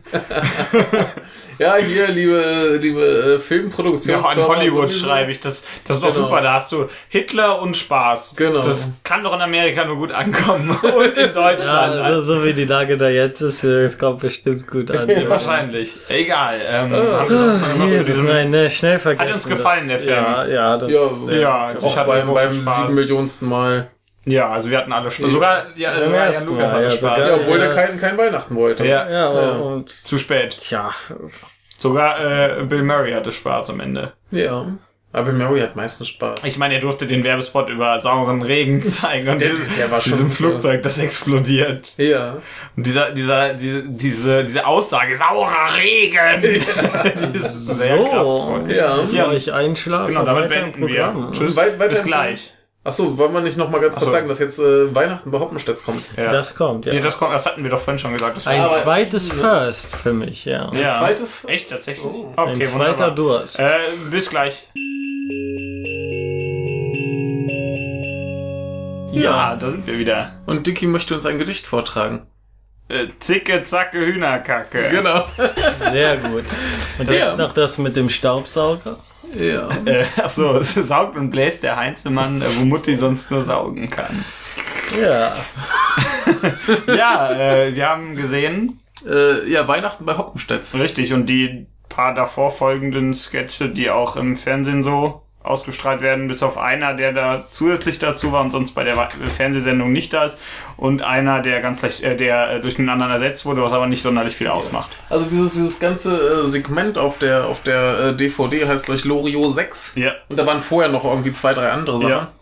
Speaker 1: Ja, hier, liebe, liebe äh, Filmproduktion.
Speaker 3: Auch an Hollywood schreibe ich. Das, das ist doch
Speaker 1: Genau.
Speaker 3: super. Da hast du Hitler und Spaß.
Speaker 1: Genau.
Speaker 3: Das kann doch in Amerika nur gut ankommen. Und in Deutschland.
Speaker 2: Ja, also, so wie die Lage da jetzt ist, äh, es kommt bestimmt gut an.
Speaker 3: Wahrscheinlich. Egal. Ähm, haben wir sonst noch irgendwas zu
Speaker 2: Jesus,
Speaker 3: diesem
Speaker 2: nein, ne, schnell vergessen.
Speaker 3: uns gefallen, der
Speaker 2: das,
Speaker 3: Film.
Speaker 2: Ja, ja, das,
Speaker 1: Ja,
Speaker 3: Ja,
Speaker 1: Auch
Speaker 3: ich hatte
Speaker 1: beim, beim
Speaker 3: großen Spaß.
Speaker 1: sieben Millionensten Mal.
Speaker 3: Ja, also wir hatten alle Spaß. Sogar ja,
Speaker 2: Beim
Speaker 3: ja,
Speaker 2: ersten
Speaker 3: Lukas
Speaker 2: Mal,
Speaker 3: hatte
Speaker 2: ja,
Speaker 3: Spaß.
Speaker 2: sogar.
Speaker 1: Ja, obwohl
Speaker 2: ja.
Speaker 1: der kein, kein Weihnachten wollte.
Speaker 3: Ja,
Speaker 2: ja,
Speaker 1: Ja.
Speaker 2: und
Speaker 3: zu spät.
Speaker 2: tja,
Speaker 3: Sogar äh, Bill Murray hatte Spaß am Ende.
Speaker 1: ja. Aber Mary hat meistens Spaß.
Speaker 3: Ich meine, er durfte den Werbespot über sauren Regen zeigen und
Speaker 1: Der-
Speaker 3: diesen-
Speaker 1: der war schon
Speaker 3: diesem
Speaker 1: super.
Speaker 3: Flugzeug, das explodiert.
Speaker 1: Ja.
Speaker 3: Und dieser, dieser, diese, diese, diese Aussage, saurer Regen! Das ist sehr
Speaker 2: so,
Speaker 3: kraftvoll.
Speaker 1: Ja.
Speaker 2: bevor
Speaker 3: Ja.
Speaker 2: ich einschlafe,
Speaker 3: Genau, damit
Speaker 2: weiter im
Speaker 3: beenden wir.
Speaker 2: Programm.
Speaker 3: Tschüss,
Speaker 1: Weit- weiter
Speaker 3: bis
Speaker 1: im
Speaker 3: gleich.
Speaker 1: Achso, wollen wir nicht nochmal ganz kurz
Speaker 3: so.
Speaker 1: sagen, dass jetzt äh, Weihnachten bei Hoppenstedt kommt?
Speaker 3: Ja.
Speaker 2: Das kommt, ja.
Speaker 3: ja, das, kommt, das hatten wir doch vorhin schon gesagt. Das war-
Speaker 2: Ein
Speaker 1: Aber-
Speaker 2: zweites First für mich, ja.
Speaker 3: ja.
Speaker 1: zweites- Oh.
Speaker 3: Echt, tatsächlich? Okay,
Speaker 2: Ein zweiter
Speaker 3: wunderbar.
Speaker 2: Durst.
Speaker 3: Äh, bis gleich. Ja, da sind wir wieder.
Speaker 1: Und Dicky möchte uns ein Gedicht vortragen.
Speaker 3: Äh, zicke, zacke, Hühnerkacke.
Speaker 1: Genau.
Speaker 2: Sehr gut. Und jetzt noch das mit dem Staubsauger.
Speaker 1: Ja.
Speaker 3: Äh, achso, es saugt und bläst der Heinzelmann, äh, wo Mutti sonst nur saugen kann.
Speaker 2: Ja.
Speaker 3: Ja, äh, wir haben gesehen,
Speaker 1: äh, ja, Weihnachten bei Hoppenstedt.
Speaker 3: richtig, und die paar davor folgenden Sketche, die auch im Fernsehen so ausgestrahlt werden, bis auf einer, der da zusätzlich dazu war und sonst bei der Wa- Fernsehsendung nicht da ist, und einer, der ganz leicht, äh, der äh, durch einen anderen ersetzt wurde, was aber nicht sonderlich viel ausmacht.
Speaker 1: Also dieses, dieses ganze äh, Segment auf der, auf der äh, DVD heißt gleich Loriot 6.
Speaker 3: Ja.
Speaker 1: Und da waren vorher noch irgendwie zwei, drei andere Sachen.
Speaker 3: Ja.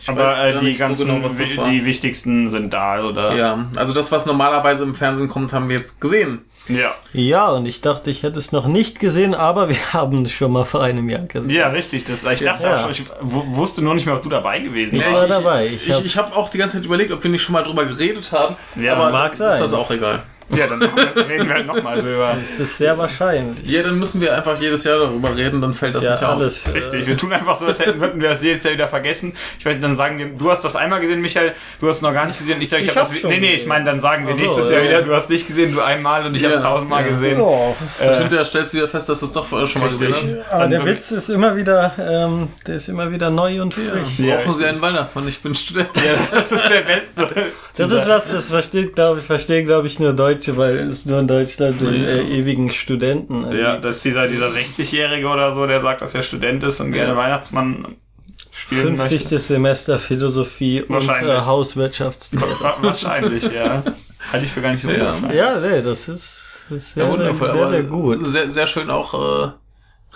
Speaker 1: Ich
Speaker 3: Aber
Speaker 1: weiß
Speaker 3: äh,
Speaker 1: gar
Speaker 3: die
Speaker 1: nicht so
Speaker 3: ganzen,
Speaker 1: genau, was das
Speaker 3: wi-
Speaker 1: war.
Speaker 3: die wichtigsten sind da, oder?
Speaker 1: ja, also das, was normalerweise im Fernsehen kommt, haben wir jetzt gesehen.
Speaker 3: Ja,
Speaker 2: Ja, und ich dachte, ich hätte es noch nicht gesehen, aber wir haben es schon mal vor einem Jahr gesehen.
Speaker 3: ja richtig. Das, ich dachte,
Speaker 2: Ja.
Speaker 3: auch schon, ich wu- wusste nur nicht mehr, ob du dabei gewesen
Speaker 2: Ich
Speaker 3: warst.
Speaker 2: war dabei. Ich
Speaker 1: Ich,
Speaker 2: hab,
Speaker 1: ich habe auch die ganze Zeit überlegt, ob wir nicht schon mal drüber geredet haben.
Speaker 3: Ja,
Speaker 1: aber
Speaker 2: mag
Speaker 1: ist
Speaker 2: sein.
Speaker 1: das auch egal.
Speaker 3: Ja, dann machen wir- reden wir halt nochmal drüber.
Speaker 2: Das äh, ist sehr wahrscheinlich.
Speaker 1: Ja, dann müssen wir einfach jedes Jahr darüber reden, dann fällt das
Speaker 2: Ja,
Speaker 1: nicht auf.
Speaker 2: alles. äh,
Speaker 3: Richtig, wir tun einfach so, als hätten würden wir das jedes Jahr wieder vergessen. Ich werde dann sagen, wir- du hast das einmal gesehen, Michael, du hast es noch gar nicht gesehen. Ich sage, ich,
Speaker 2: Ich
Speaker 3: habe
Speaker 2: hab
Speaker 3: das.
Speaker 2: schon
Speaker 3: Nee, nee, ich
Speaker 2: gesehen.
Speaker 3: meine, dann sagen wir
Speaker 2: Ach so,
Speaker 3: nächstes
Speaker 1: ja,
Speaker 3: Jahr wieder,
Speaker 1: ja.
Speaker 3: du hast dich gesehen, du einmal und ich habe
Speaker 1: Ja,
Speaker 3: es tausendmal
Speaker 1: ja.
Speaker 3: gesehen.
Speaker 2: Ja,
Speaker 1: Ich finde, da Äh, stellst du wieder fest, dass du es doch vorher schon mal gesehen
Speaker 3: Richtig.
Speaker 1: hast.
Speaker 2: aber
Speaker 3: Dann
Speaker 2: Ah, der
Speaker 3: würden-
Speaker 2: Witz ist immer wieder, ähm, der ist immer wieder neu und
Speaker 1: Ja,
Speaker 2: frisch.
Speaker 3: Ja,
Speaker 1: brauchen
Speaker 3: richtig.
Speaker 1: sie einen Weihnachtsmann, ich bin Student.
Speaker 3: Ja, das ist der Beste.
Speaker 2: Das ist was, das versteht, glaube ich, verstehen, glaube ich, nur Deutsche, weil es nur in Deutschland den äh, ewigen Studenten. äh,
Speaker 3: Ja, das ist dieser, dieser 60-Jährige oder so, der sagt, dass er Student ist und gerne
Speaker 1: Ja.
Speaker 3: Weihnachtsmann spielen
Speaker 2: 50.
Speaker 3: möchte.
Speaker 2: Semester Philosophie und
Speaker 3: Wahrscheinlich.
Speaker 2: äh, Hauswirtschaftslehre.
Speaker 3: Wa- Wahrscheinlich, ja. Halte ich für gar nicht so
Speaker 1: Ja.
Speaker 3: unwahrscheinlich.
Speaker 2: Ja, nee, das ist, das ist sehr, sehr, sehr,
Speaker 1: aber
Speaker 2: gut.
Speaker 1: Sehr, sehr schön auch äh,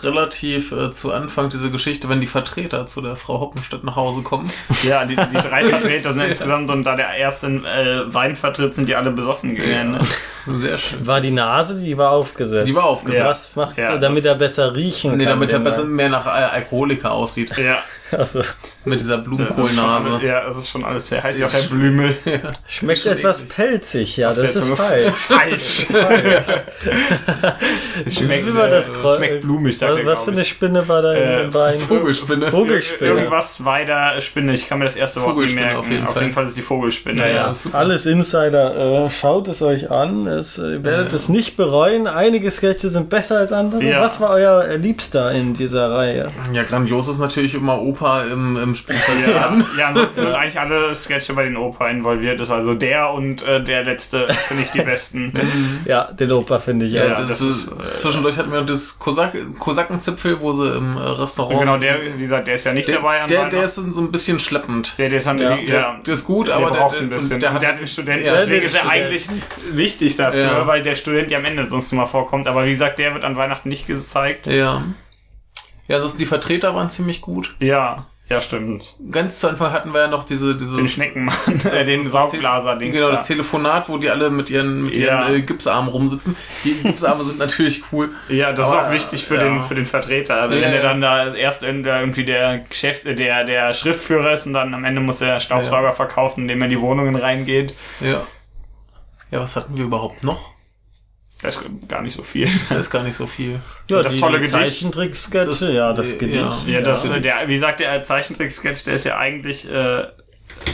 Speaker 1: relativ äh, zu Anfang diese Geschichte, wenn die Vertreter zu der Frau Hoppenstedt nach Hause kommen.
Speaker 3: Ja, die, die drei Vertreter sind insgesamt und da der erste äh, Wein vertritt, sind die alle besoffen gegangen. ne?
Speaker 1: Sehr schön.
Speaker 2: War die Nase, die war aufgesetzt.
Speaker 1: Die war aufgesetzt.
Speaker 2: Was macht
Speaker 3: Ja,
Speaker 2: er, damit
Speaker 3: das-
Speaker 2: er besser riechen
Speaker 1: Nee,
Speaker 2: kann?
Speaker 1: damit
Speaker 2: der
Speaker 1: er besser
Speaker 2: Mann?
Speaker 1: mehr nach Al Alkoholiker aussieht.
Speaker 3: Ja.
Speaker 2: Also,
Speaker 1: Mit dieser
Speaker 3: Das ist schon alles-
Speaker 1: Blumenkohlnase.
Speaker 3: Ja, das ist schon alles sehr heiß. Ja, auch der Blümel.
Speaker 2: schmeckt
Speaker 1: Schon
Speaker 2: etwas
Speaker 1: eklig.
Speaker 2: pelzig, ja, das
Speaker 3: Der
Speaker 2: ist
Speaker 3: Zunge-
Speaker 2: falsch.
Speaker 3: Falsch. schmeckt,
Speaker 2: Wie war das
Speaker 3: äh,
Speaker 2: Kräu-
Speaker 3: schmeckt blumig, sagt
Speaker 2: Was,
Speaker 3: er,
Speaker 2: was für
Speaker 3: glaub
Speaker 2: eine
Speaker 3: ich.
Speaker 2: Spinne war da in
Speaker 3: Äh,
Speaker 2: den Beinen?
Speaker 1: Vogelspinne.
Speaker 2: Vogelspinne.
Speaker 3: Irgendwas weiter Spinne. Ich kann mir das erste Wort nicht
Speaker 1: Vogelspinne
Speaker 3: merken. Auf jeden, Fall. ist es die Vogelspinne.
Speaker 1: Ja,
Speaker 3: Ja,
Speaker 1: ist super.
Speaker 2: Alles Insider, äh, schaut es euch an. Es, äh, ihr werdet
Speaker 1: Ja.
Speaker 2: es nicht bereuen. Einige Sketche sind besser als andere.
Speaker 3: Ja.
Speaker 2: Was war euer äh, Liebster in dieser Reihe?
Speaker 1: Ja, grandios ist natürlich immer Opa im, im Spielzeug.
Speaker 3: Also, ja. ja ansonsten sind eigentlich alle Sketche bei den Opa involviert. Ist also der und äh, der letzte finde ich die besten.
Speaker 2: Ja, den Opa finde ich
Speaker 1: Ja,
Speaker 2: auch.
Speaker 1: das,
Speaker 3: Mhm. das
Speaker 1: ist,
Speaker 3: ist, äh,
Speaker 1: zwischendurch hatten wir noch das Kosak Kosakenzipfel, wo sie im äh, Restaurant.
Speaker 3: genau, der, wie gesagt, der ist ja nicht
Speaker 1: der,
Speaker 3: dabei. an
Speaker 1: der,
Speaker 3: Weihnachten.
Speaker 1: der ist so ein bisschen schleppend.
Speaker 3: der, der ist an
Speaker 2: Ja,
Speaker 3: ja,
Speaker 1: Der, ist, der ist gut, aber
Speaker 3: der
Speaker 1: der,
Speaker 3: braucht
Speaker 1: der,
Speaker 3: ein bisschen.
Speaker 1: und der hat,
Speaker 3: den Studenten.
Speaker 1: Ja,
Speaker 3: deswegen
Speaker 2: der
Speaker 3: ist er
Speaker 2: Student.
Speaker 3: eigentlich wichtig dafür,
Speaker 1: Ja.
Speaker 3: weil der Student ja am Ende sonst immer vorkommt. Aber wie gesagt, der wird an Weihnachten nicht gezeigt.
Speaker 1: ja. Ja, ansonsten die Vertreter waren ziemlich gut.
Speaker 3: Ja, ja, stimmt.
Speaker 1: Ganz zu Anfang hatten wir ja noch diese, dieses.
Speaker 3: Den Schneckenmann, äh, den
Speaker 1: das-
Speaker 3: Saugblaser-Dings.
Speaker 1: Genau, das
Speaker 3: da.
Speaker 1: Telefonat, wo die alle mit ihren, mit
Speaker 3: Ja.
Speaker 1: ihren äh, Gipsarmen rumsitzen. Die Gipsarme sind natürlich cool.
Speaker 3: Ja, das
Speaker 1: Aber,
Speaker 3: ist auch wichtig für
Speaker 1: ja.
Speaker 3: den für den Vertreter. Also Wenn
Speaker 1: Ja,
Speaker 3: er
Speaker 1: ja.
Speaker 3: dann da erst in der, irgendwie der Geschäft, äh, der der Schriftführer ist und dann am Ende muss er Staubsauger verkaufen, indem er in die Wohnungen reingeht.
Speaker 1: Ja. Ja, was hatten wir überhaupt noch?
Speaker 3: Das ist gar nicht so viel.
Speaker 1: Da ist gar nicht so viel.
Speaker 2: Ja,
Speaker 3: das tolle
Speaker 2: die
Speaker 3: Gedicht.
Speaker 2: Zeichentricksketche, ja, das
Speaker 1: Ja,
Speaker 2: Gedicht.
Speaker 3: Ja, das
Speaker 1: Ja.
Speaker 3: der wie gesagt der Zeichentricksketch, der ist ja eigentlich äh, durch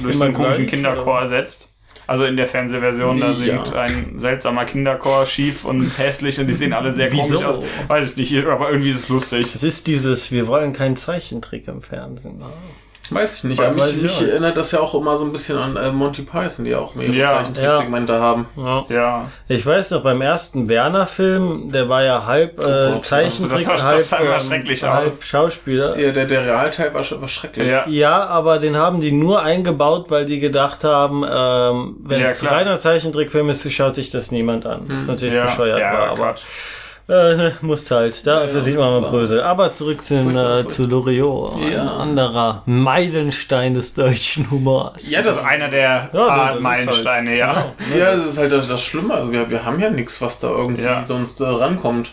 Speaker 3: so
Speaker 2: Immer
Speaker 3: einen komischen
Speaker 2: gleich,
Speaker 3: Kinderchor ersetzt. Also in der Fernsehversion, da
Speaker 1: Ja.
Speaker 3: singt ein seltsamer Kinderchor schief und hässlich und die sehen alle sehr komisch
Speaker 2: Wieso?
Speaker 3: aus. Weiß ich nicht, aber irgendwie ist es lustig.
Speaker 2: Es ist dieses, wir wollen keinen Zeichentrick im Fernsehen.
Speaker 1: Weiß ich nicht, aber
Speaker 2: Weiß
Speaker 1: mich,
Speaker 2: ich
Speaker 1: mich
Speaker 2: auch nicht.
Speaker 1: erinnert das ja auch immer so ein bisschen an äh, Monty Python, die auch mehrere
Speaker 3: Ja.
Speaker 1: Zeichentricksegmente haben.
Speaker 2: Ja.
Speaker 3: Ja,
Speaker 2: Ich weiß noch, beim ersten Werner-Film, der war ja halb äh,
Speaker 1: Gott,
Speaker 2: Zeichentrick,
Speaker 3: Oh das sah-
Speaker 2: halb,
Speaker 3: das sah immer
Speaker 2: ähm,
Speaker 3: schrecklich aus.
Speaker 2: halb Schauspieler.
Speaker 1: Ja, der, der Realteil war, sch- war schrecklich.
Speaker 3: ja.
Speaker 2: Ja, aber den haben die nur eingebaut, weil die gedacht haben, ähm, wenn
Speaker 3: Ja,
Speaker 2: es
Speaker 3: klar. Hm.
Speaker 2: reiner Zeichentrickfilm ist, schaut sich das niemand an. Das ist natürlich
Speaker 3: ja,
Speaker 2: bescheuert,
Speaker 3: ja,
Speaker 2: war, aber
Speaker 3: Quatsch.
Speaker 2: äh, ne, musste halt. Dafür
Speaker 1: Ja,
Speaker 2: sieht man mal
Speaker 1: war-
Speaker 2: Brösel. Aber zurück zu,
Speaker 1: Furchtbar,
Speaker 2: äh, zu Loriot, ein
Speaker 1: Ja.
Speaker 2: anderer Meilenstein des deutschen Humors.
Speaker 1: Ja,
Speaker 3: Das
Speaker 1: das,
Speaker 3: ist einer der
Speaker 2: Ja,
Speaker 3: Art
Speaker 2: das ist
Speaker 3: Meilensteine,
Speaker 2: halt-
Speaker 3: ja.
Speaker 1: ja, das ist halt das, das Schlimme. Also wir, wir haben ja nichts, was da irgendwie
Speaker 3: Ja.
Speaker 1: sonst äh, rankommt.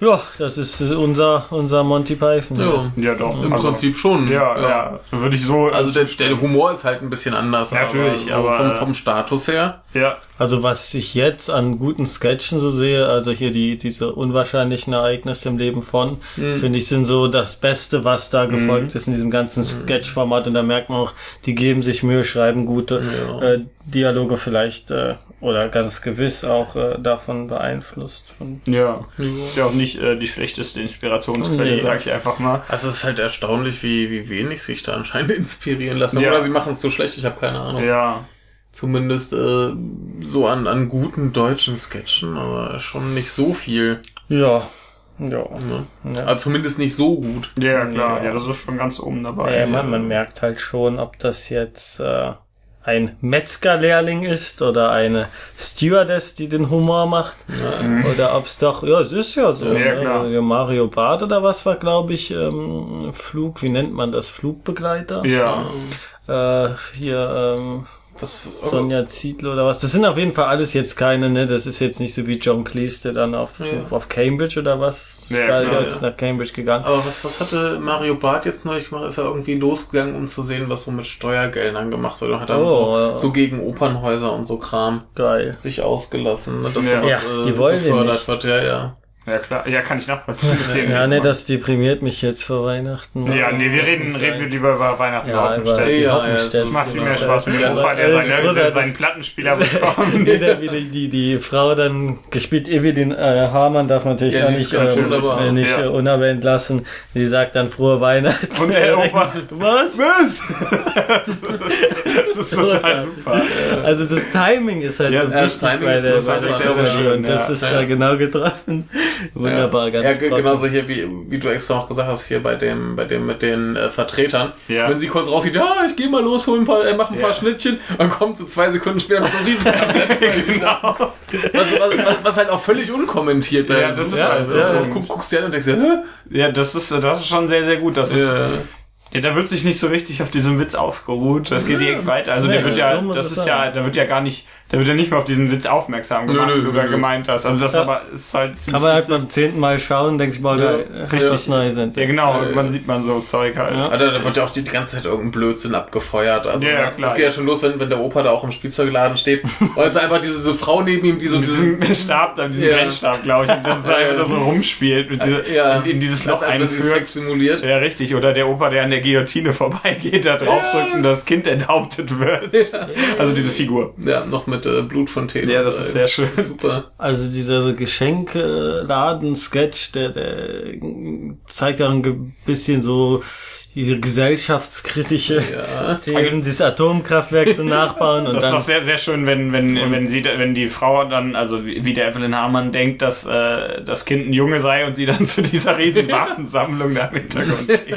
Speaker 2: Ja, das ist äh, unser, unser Monty Python.
Speaker 3: Ja, doch.
Speaker 1: Im
Speaker 3: also,
Speaker 1: Prinzip schon.
Speaker 3: Ja, ja. Würde ich so.
Speaker 1: Also der, der Humor ist halt ein bisschen anders.
Speaker 3: Natürlich,
Speaker 1: aber,
Speaker 3: aber,
Speaker 1: so vom,
Speaker 3: äh,
Speaker 1: vom Status her.
Speaker 3: ja.
Speaker 2: Also was ich jetzt an guten Sketchen so sehe, also hier die diese unwahrscheinlichen Ereignisse im Leben von, finde ich, sind so das Beste, was da gefolgt ist in diesem ganzen Sketchformat. Und da merkt man auch, die geben sich Mühe, schreiben gute äh, Dialoge vielleicht äh, oder ganz gewiss auch äh, davon beeinflusst. Von
Speaker 3: Ja. Ist ja auch nicht äh, die schlechteste Inspirationsquelle,
Speaker 2: Nee.
Speaker 3: sag ich einfach mal.
Speaker 1: Also es ist halt erstaunlich, wie, wie wenig sich da anscheinend inspirieren lassen.
Speaker 3: Ja.
Speaker 1: Oder sie machen es so schlecht, ich habe keine Ahnung.
Speaker 3: Ja.
Speaker 1: Zumindest äh, so an, an guten deutschen Sketchen, aber schon nicht so viel.
Speaker 2: ja, ja. Also
Speaker 1: Ne?
Speaker 2: Ja.
Speaker 1: Aber zumindest nicht so gut.
Speaker 3: Ja, klar.
Speaker 2: Ja.
Speaker 3: Ja, das ist schon ganz oben dabei.
Speaker 2: Ja, man, man merkt halt schon, ob das jetzt äh, ein Metzgerlehrling ist oder eine Stewardess, die den Humor macht. Oder ob es doch, ja, es ist ja so.
Speaker 3: Ja, klar.
Speaker 2: Der Mario Barth oder was war, glaube ich, ähm, Flug, wie nennt man das? Flugbegleiter?
Speaker 3: Ja.
Speaker 2: Äh, hier, ähm,
Speaker 1: Was,
Speaker 2: Sonja Zietlow oder was. Das sind auf jeden Fall alles jetzt keine, ne? Das ist jetzt nicht so wie John Cleese, der dann auf,
Speaker 1: Ja.
Speaker 2: auf Cambridge oder was.
Speaker 3: Ja,
Speaker 2: weil
Speaker 3: klar,
Speaker 2: er ist
Speaker 1: ja.
Speaker 2: nach Cambridge gegangen.
Speaker 1: aber was, was hatte Mario Barth jetzt neulich gemacht? Ist er irgendwie losgegangen, um zu sehen, was so mit Steuergeldern gemacht wird? Und hat dann
Speaker 2: Oh,
Speaker 1: so,
Speaker 2: ja.
Speaker 1: so gegen Opernhäuser und so Kram
Speaker 2: Geil.
Speaker 1: sich ausgelassen, ne? dass
Speaker 3: Ja.
Speaker 1: sowas
Speaker 2: Ja,
Speaker 1: äh,
Speaker 2: die wollen den
Speaker 1: gefördert
Speaker 2: nicht.
Speaker 1: wird. Ja, ja.
Speaker 3: Ja, klar. Ja, kann ich nachvollziehen. Das hier
Speaker 2: Ja,
Speaker 3: nicht
Speaker 2: ne,
Speaker 3: mal.
Speaker 2: das deprimiert mich jetzt vor Weihnachten.
Speaker 3: Ja, nee, wir
Speaker 2: Das
Speaker 3: reden,
Speaker 2: ist
Speaker 3: reden wir
Speaker 2: ein-
Speaker 3: lieber über Weihnachten
Speaker 2: Ja,
Speaker 3: ja,
Speaker 2: über-
Speaker 3: Das
Speaker 2: Ja,
Speaker 3: Das macht viel mehr
Speaker 1: genau.
Speaker 3: Spaß mit
Speaker 1: Ja,
Speaker 3: dem Opa, der
Speaker 2: das ist
Speaker 3: seine,
Speaker 2: großartig.
Speaker 3: seinen Plattenspieler bekommt.
Speaker 2: wie, der, wie die, die, die Frau dann gespielt, Evelyn äh, Hamann darf natürlich
Speaker 1: Ja,
Speaker 2: auch
Speaker 1: die ist
Speaker 2: nicht,
Speaker 1: ganz wunderbar.
Speaker 2: äh, nicht
Speaker 3: Ja.
Speaker 2: äh, unerwähnt lassen. Die sagt dann frohe Weihnachten.
Speaker 3: Und der Opa.
Speaker 2: Was?
Speaker 3: Was? das ist total super.
Speaker 2: Also das Timing ist halt
Speaker 3: Ja,
Speaker 2: so
Speaker 3: ja,
Speaker 2: wichtig
Speaker 1: das Timing
Speaker 2: bei
Speaker 1: ist
Speaker 2: der
Speaker 1: so sehr,
Speaker 3: sehr,
Speaker 2: Sache.
Speaker 3: sehr schön,
Speaker 2: und das
Speaker 3: ja.
Speaker 2: ist
Speaker 1: Ja.
Speaker 2: da genau getroffen. Wunderbar,
Speaker 1: ja.
Speaker 2: ganz
Speaker 1: Ja, ge- genau.
Speaker 2: trocken.
Speaker 1: genauso hier, wie, wie du extra auch gesagt hast, hier bei dem, bei dem mit den äh, Vertretern.
Speaker 3: Ja.
Speaker 1: Wenn sie kurz rausgeht, ja, ich gehe mal los, hol ein paar, äh, mach ein
Speaker 3: Ja.
Speaker 1: paar Schnittchen und kommt so zwei Sekunden später mit so einem riesen Tablett.
Speaker 3: genau.
Speaker 1: was, was, was, was halt auch völlig unkommentiert
Speaker 3: Ja,
Speaker 1: bleibt.
Speaker 3: das ist
Speaker 1: ja,
Speaker 3: halt so.
Speaker 1: ja, du guck, guckst dir an und denkst dir, hä?
Speaker 3: Ja, das ist, das ist schon sehr, sehr gut. Das ist,
Speaker 1: Ja.
Speaker 3: ja, da wird sich nicht so richtig auf diesem Witz aufgeruht. Das geht direkt weiter. Also,
Speaker 2: Nee,
Speaker 3: der wird ja,
Speaker 2: so muss
Speaker 3: das
Speaker 2: es
Speaker 3: ist
Speaker 2: sein.
Speaker 3: ja, da wird ja gar nicht, da wird ja nicht mal auf diesen Witz aufmerksam gemacht,
Speaker 1: nö,
Speaker 3: wie du da
Speaker 1: nö.
Speaker 3: gemeint hast. Also, das
Speaker 2: Ja.
Speaker 3: aber ist halt ziemlich.
Speaker 2: Kann man halt beim zehnten Mal schauen, denke ich mal,
Speaker 1: Ja,
Speaker 2: da
Speaker 3: richtig.
Speaker 2: richtig neu sind.
Speaker 3: ja, genau.
Speaker 1: Ja, ja.
Speaker 3: Man sieht man so Zeug halt.
Speaker 2: Ja.
Speaker 1: Alter, da wird ja auch die ganze Zeit irgendein Blödsinn abgefeuert. Also,
Speaker 3: Ja, ja, klar.
Speaker 1: Das geht ja schon los, wenn, wenn der Opa da auch im Spielzeugladen steht. Und es ist einfach diese, diese Frau neben ihm, die so
Speaker 3: mit
Speaker 1: dieses...
Speaker 3: diesem Stab, da, mit diesem
Speaker 1: Ja.
Speaker 3: Brennstab, glaube ich, und das ist
Speaker 1: Ja,
Speaker 3: einfach
Speaker 1: ja.
Speaker 3: da so rumspielt, mit dieser,
Speaker 1: Ja,
Speaker 3: in, in dieses Loch
Speaker 1: als- als wenn sie
Speaker 3: einführt.
Speaker 1: Sex simuliert.
Speaker 3: Ja, richtig. Oder der Opa, der an der Guillotine vorbeigeht, da draufdrückt und das Kind enthauptet wird. Also diese Figur.
Speaker 1: Ja, noch mit äh, Blutfontänen.
Speaker 3: Ja, das ist sehr schön.
Speaker 1: super.
Speaker 2: Also dieser Geschenkladen-Sketch, der, der zeigt auch ein ge- bisschen so diese gesellschaftskritische
Speaker 1: Ja.
Speaker 2: Themen, dieses Atomkraftwerk zu nachbauen und
Speaker 3: Das ist
Speaker 2: dann
Speaker 3: doch sehr, sehr schön, wenn, wenn,
Speaker 2: Und-
Speaker 3: wenn sie, da- wenn die Frau dann, also wie wie der Evelyn Hamann denkt, dass, äh, das Kind ein Junge sei und sie dann zu dieser riesen Waffensammlung da im Hintergrund geht.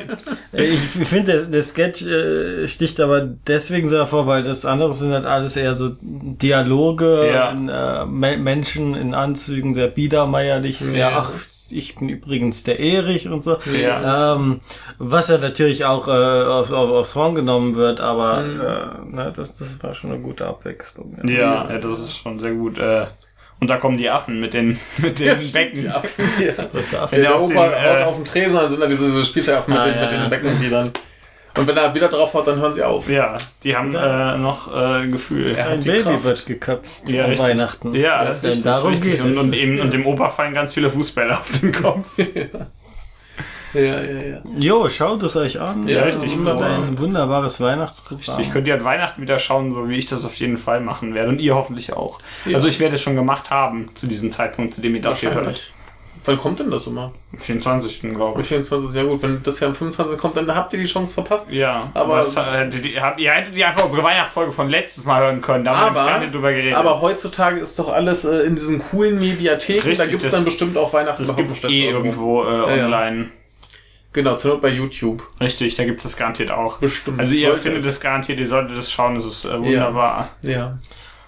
Speaker 2: Ich finde, der, der Sketch äh, sticht aber deswegen sehr hervor, weil das andere sind halt alles eher so Dialoge,
Speaker 3: Ja.
Speaker 2: in, äh, Me Menschen in Anzügen, sehr biedermeierlich, sehr,
Speaker 1: Ja.
Speaker 2: ach, ich bin übrigens der Erich und so.
Speaker 3: Ja.
Speaker 2: Ähm, was ja natürlich auch äh, auf, auf, aufs Horn genommen wird, aber äh, na, das, das war schon eine gute Abwechslung.
Speaker 3: Mhm. Ja, ja, das ist schon sehr gut. äh. Und da kommen die Affen mit den, mit den Becken.
Speaker 1: Ja, ja.
Speaker 2: Das war
Speaker 1: Wenn
Speaker 3: der
Speaker 1: der
Speaker 3: auf
Speaker 1: Opa
Speaker 3: den, äh,
Speaker 1: haut auf den Tresen, dann sind da diese, diese Spießaffen mit,
Speaker 2: Ah,
Speaker 1: den-
Speaker 2: ja,
Speaker 1: mit
Speaker 2: ja.
Speaker 1: den Becken, die dann. Und wenn er wieder drauf haut, dann hören sie auf.
Speaker 3: Ja, die haben äh, noch äh, Gefühl.
Speaker 1: Er
Speaker 2: ein
Speaker 1: hat die
Speaker 2: Baby
Speaker 1: Kraft.
Speaker 2: wird geköpft
Speaker 3: Ja,
Speaker 2: am
Speaker 3: richtig.
Speaker 2: Weihnachten.
Speaker 3: Ja,
Speaker 1: das
Speaker 3: das
Speaker 1: ist
Speaker 3: ist
Speaker 2: Denn darum
Speaker 3: richtig.
Speaker 2: geht
Speaker 3: Und,
Speaker 2: es.
Speaker 3: und, eben, und dem Opa fallen ganz viele Fußbälle auf den Kopf.
Speaker 1: Ja, ja, ja.
Speaker 2: Jo, schaut es euch an.
Speaker 1: Ja,
Speaker 3: richtig,
Speaker 2: Wunderbar.
Speaker 1: wunderbar.
Speaker 2: Ein wunderbares Weihnachtsprogramm.
Speaker 3: Ich könnte ja an Weihnachten wieder schauen, so wie ich das auf jeden Fall machen werde. Und ihr hoffentlich auch. Also ich werde es schon gemacht haben, zu diesem Zeitpunkt, zu dem ihr das hier hört.
Speaker 1: Wahrscheinlich. Wann kommt denn das immer?
Speaker 3: Am 24. glaube
Speaker 1: Am
Speaker 3: ich.
Speaker 1: 24. Ja gut, wenn das ja am 25. kommt, dann habt ihr die Chance verpasst.
Speaker 3: Ja,
Speaker 1: Aber-
Speaker 3: aber es, äh, die, die, habt, ihr hättet ja einfach unsere Weihnachtsfolge von letztes Mal hören können. Da haben wir
Speaker 1: Aber-
Speaker 3: nämlich gar nicht drüber geredet.
Speaker 1: Aber heutzutage ist doch alles äh, in diesen coolen Mediatheken. da
Speaker 3: Richtig,
Speaker 1: gibt es
Speaker 3: das-
Speaker 1: dann bestimmt auch Weihnachten
Speaker 3: das
Speaker 1: überhaupt
Speaker 3: gibt es
Speaker 1: bestimmt
Speaker 3: eh irgendwo äh,
Speaker 1: Ja, ja.
Speaker 3: online.
Speaker 1: Genau, zur Not bei YouTube.
Speaker 3: Richtig, da gibt es das garantiert auch.
Speaker 1: Bestimmt.
Speaker 3: Also ihr
Speaker 1: Mhm. Sollte
Speaker 3: findet
Speaker 1: es.
Speaker 3: es garantiert, ihr solltet es schauen, es ist äh, wunderbar.
Speaker 1: Ja.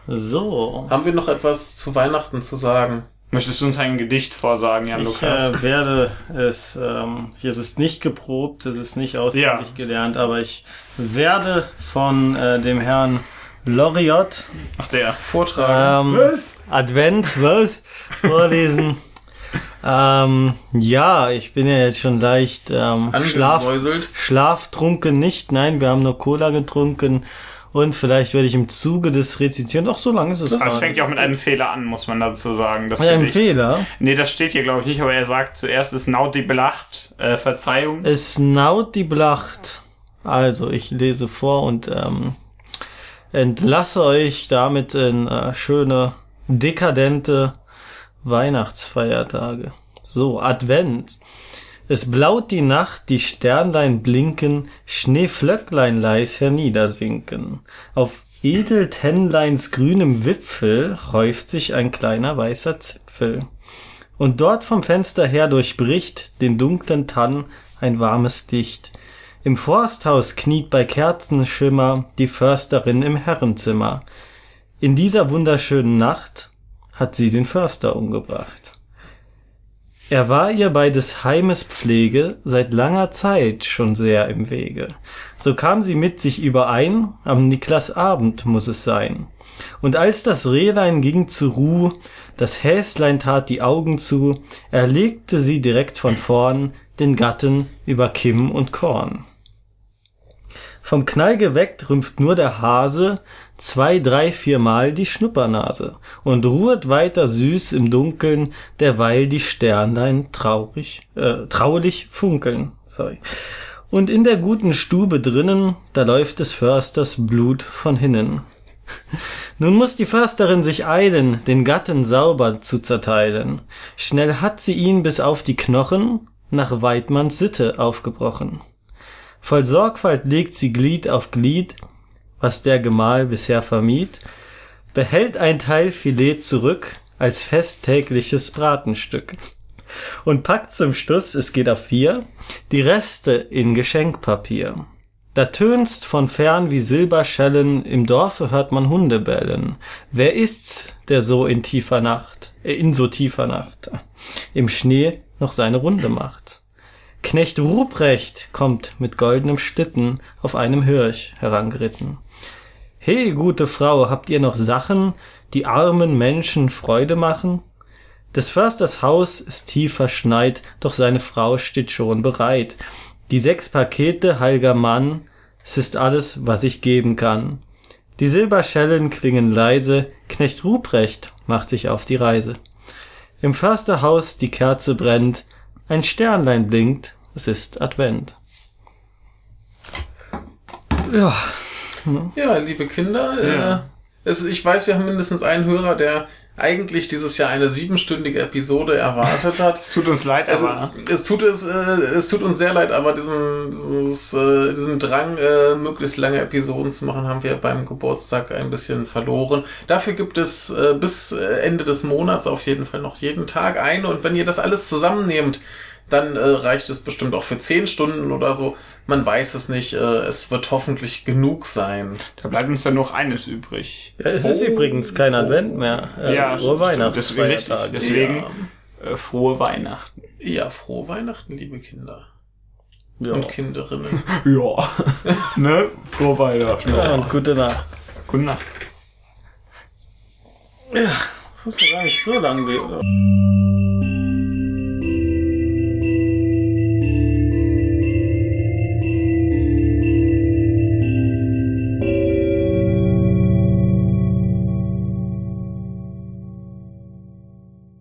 Speaker 2: So.
Speaker 1: Haben wir noch etwas zu Weihnachten zu sagen?
Speaker 3: Möchtest du uns ein Gedicht vorsagen, Jan
Speaker 2: Ich
Speaker 3: Lukas?
Speaker 2: äh, werde es, ähm, hier ist es nicht geprobt, es ist nicht auswendig
Speaker 3: Ja.
Speaker 2: gelernt, aber ich werde von äh, dem Herrn Loriot
Speaker 3: Ach der. Also
Speaker 1: Vortragen.
Speaker 2: ähm, Advent was vorlesen. ähm, ja, ich bin ja jetzt schon leicht ähm, schlaf,
Speaker 1: Angesäuselt.
Speaker 2: Schlaftrunken nicht, nein, wir haben nur Cola getrunken und vielleicht werde ich im Zuge des Rezitieren, auch so lange ist es
Speaker 3: Das
Speaker 2: gar
Speaker 3: fängt
Speaker 2: nicht.
Speaker 3: ja auch mit einem Fehler an, muss man dazu sagen. Das
Speaker 2: Mit einem
Speaker 3: Gedicht.
Speaker 2: Fehler.
Speaker 3: Nee, das steht hier, glaube ich, nicht, aber er sagt zuerst ist Naut die Belacht, äh, Verzeihung.
Speaker 2: Es naut die Blacht. Also, ich lese vor und ähm, entlasse euch damit in äh, schöne, dekadente Weihnachtsfeiertage. So, Advent. Es blaut die Nacht, die Sternlein blinken, Schneeflöcklein leis herniedersinken. Auf Edeltännleins grünem Wipfel häuft sich ein kleiner weißer Zipfel und dort vom Fenster her durchbricht den dunklen Tann ein warmes Dicht. Im Forsthaus kniet bei Kerzenschimmer die Försterin im Herrenzimmer. In dieser wunderschönen Nacht hat sie den Förster umgebracht. Er war ihr bei des Heimes Pflege seit langer Zeit schon sehr im Wege. So kam sie mit sich überein, am Niklasabend muss es sein. Und als das Rehlein ging zur Ruh, das Häslein tat die Augen zu, erlegte sie direkt von vorn den Gatten über Kim und Korn. Vom Knall geweckt rümpft nur der Hase zwei, drei, viermal die Schnuppernase und ruhet weiter süß im Dunkeln, derweil die Sternlein traurig, äh, traulich funkeln. Sorry. Und in der guten Stube drinnen, da läuft des Försters Blut von hinnen. Nun muss die Försterin sich eilen, den Gatten sauber zu zerteilen. Schnell hat sie ihn bis auf die Knochen nach Weidmanns Sitte aufgebrochen. Voll Sorgfalt legt sie Glied auf Glied, was der Gemahl bisher vermied, behält ein Teil Filet zurück als festtägliches Bratenstück und packt zum Schluss, es geht auf vier, die Reste in Geschenkpapier. Da tönst von fern wie Silberschellen, im Dorfe hört man Hunde bellen. Wer ist's, der so in tiefer Nacht, äh, in so tiefer Nacht, im Schnee noch seine Runde macht? Knecht Ruprecht kommt mit goldenem Schlitten auf einem Hirsch herangeritten. He, gute Frau, habt ihr noch Sachen, die armen Menschen Freude machen? Des Försters Haus ist tief verschneit, doch seine Frau steht schon bereit. Die sechs Pakete, heilger Mann, es ist alles, was ich geben kann. Die Silberschellen klingen leise, Knecht Ruprecht macht sich auf die Reise. Im Försterhaus die Kerze brennt, ein Sternlein blinkt, es ist Advent. Ja,
Speaker 1: Ja, liebe Kinder, Äh, es, ich weiß, wir haben mindestens einen Hörer, der eigentlich dieses Jahr eine siebenstündige Episode erwartet hat.
Speaker 3: Es tut uns leid,
Speaker 1: Also
Speaker 3: aber
Speaker 1: es tut es, äh, es tut uns sehr leid, aber diesen, dieses, äh, diesen Drang, äh, möglichst lange Episoden zu machen, haben wir beim Geburtstag ein bisschen verloren. Dafür gibt es äh, bis äh, Ende des Monats auf jeden Fall noch jeden Tag eine und wenn ihr das alles zusammennehmt, dann äh, reicht es bestimmt auch für zehn Stunden oder so. Man weiß es nicht. Äh, es wird hoffentlich genug sein.
Speaker 3: da bleibt uns ja noch eines übrig.
Speaker 2: Ja, es ist
Speaker 1: Oh.
Speaker 2: übrigens kein Advent mehr. Äh, frohe Weihnachten.
Speaker 3: Das ist richtig. Deswegen äh, frohe Weihnachten.
Speaker 1: Ja, frohe Weihnachten, liebe Kinder
Speaker 2: Ja.
Speaker 1: und Kinderinnen.
Speaker 3: Ja. ne? Frohe Weihnachten.
Speaker 2: Ja, und gute Nacht.
Speaker 3: Gute Nacht.
Speaker 2: Das ist gar nicht so lang. wie-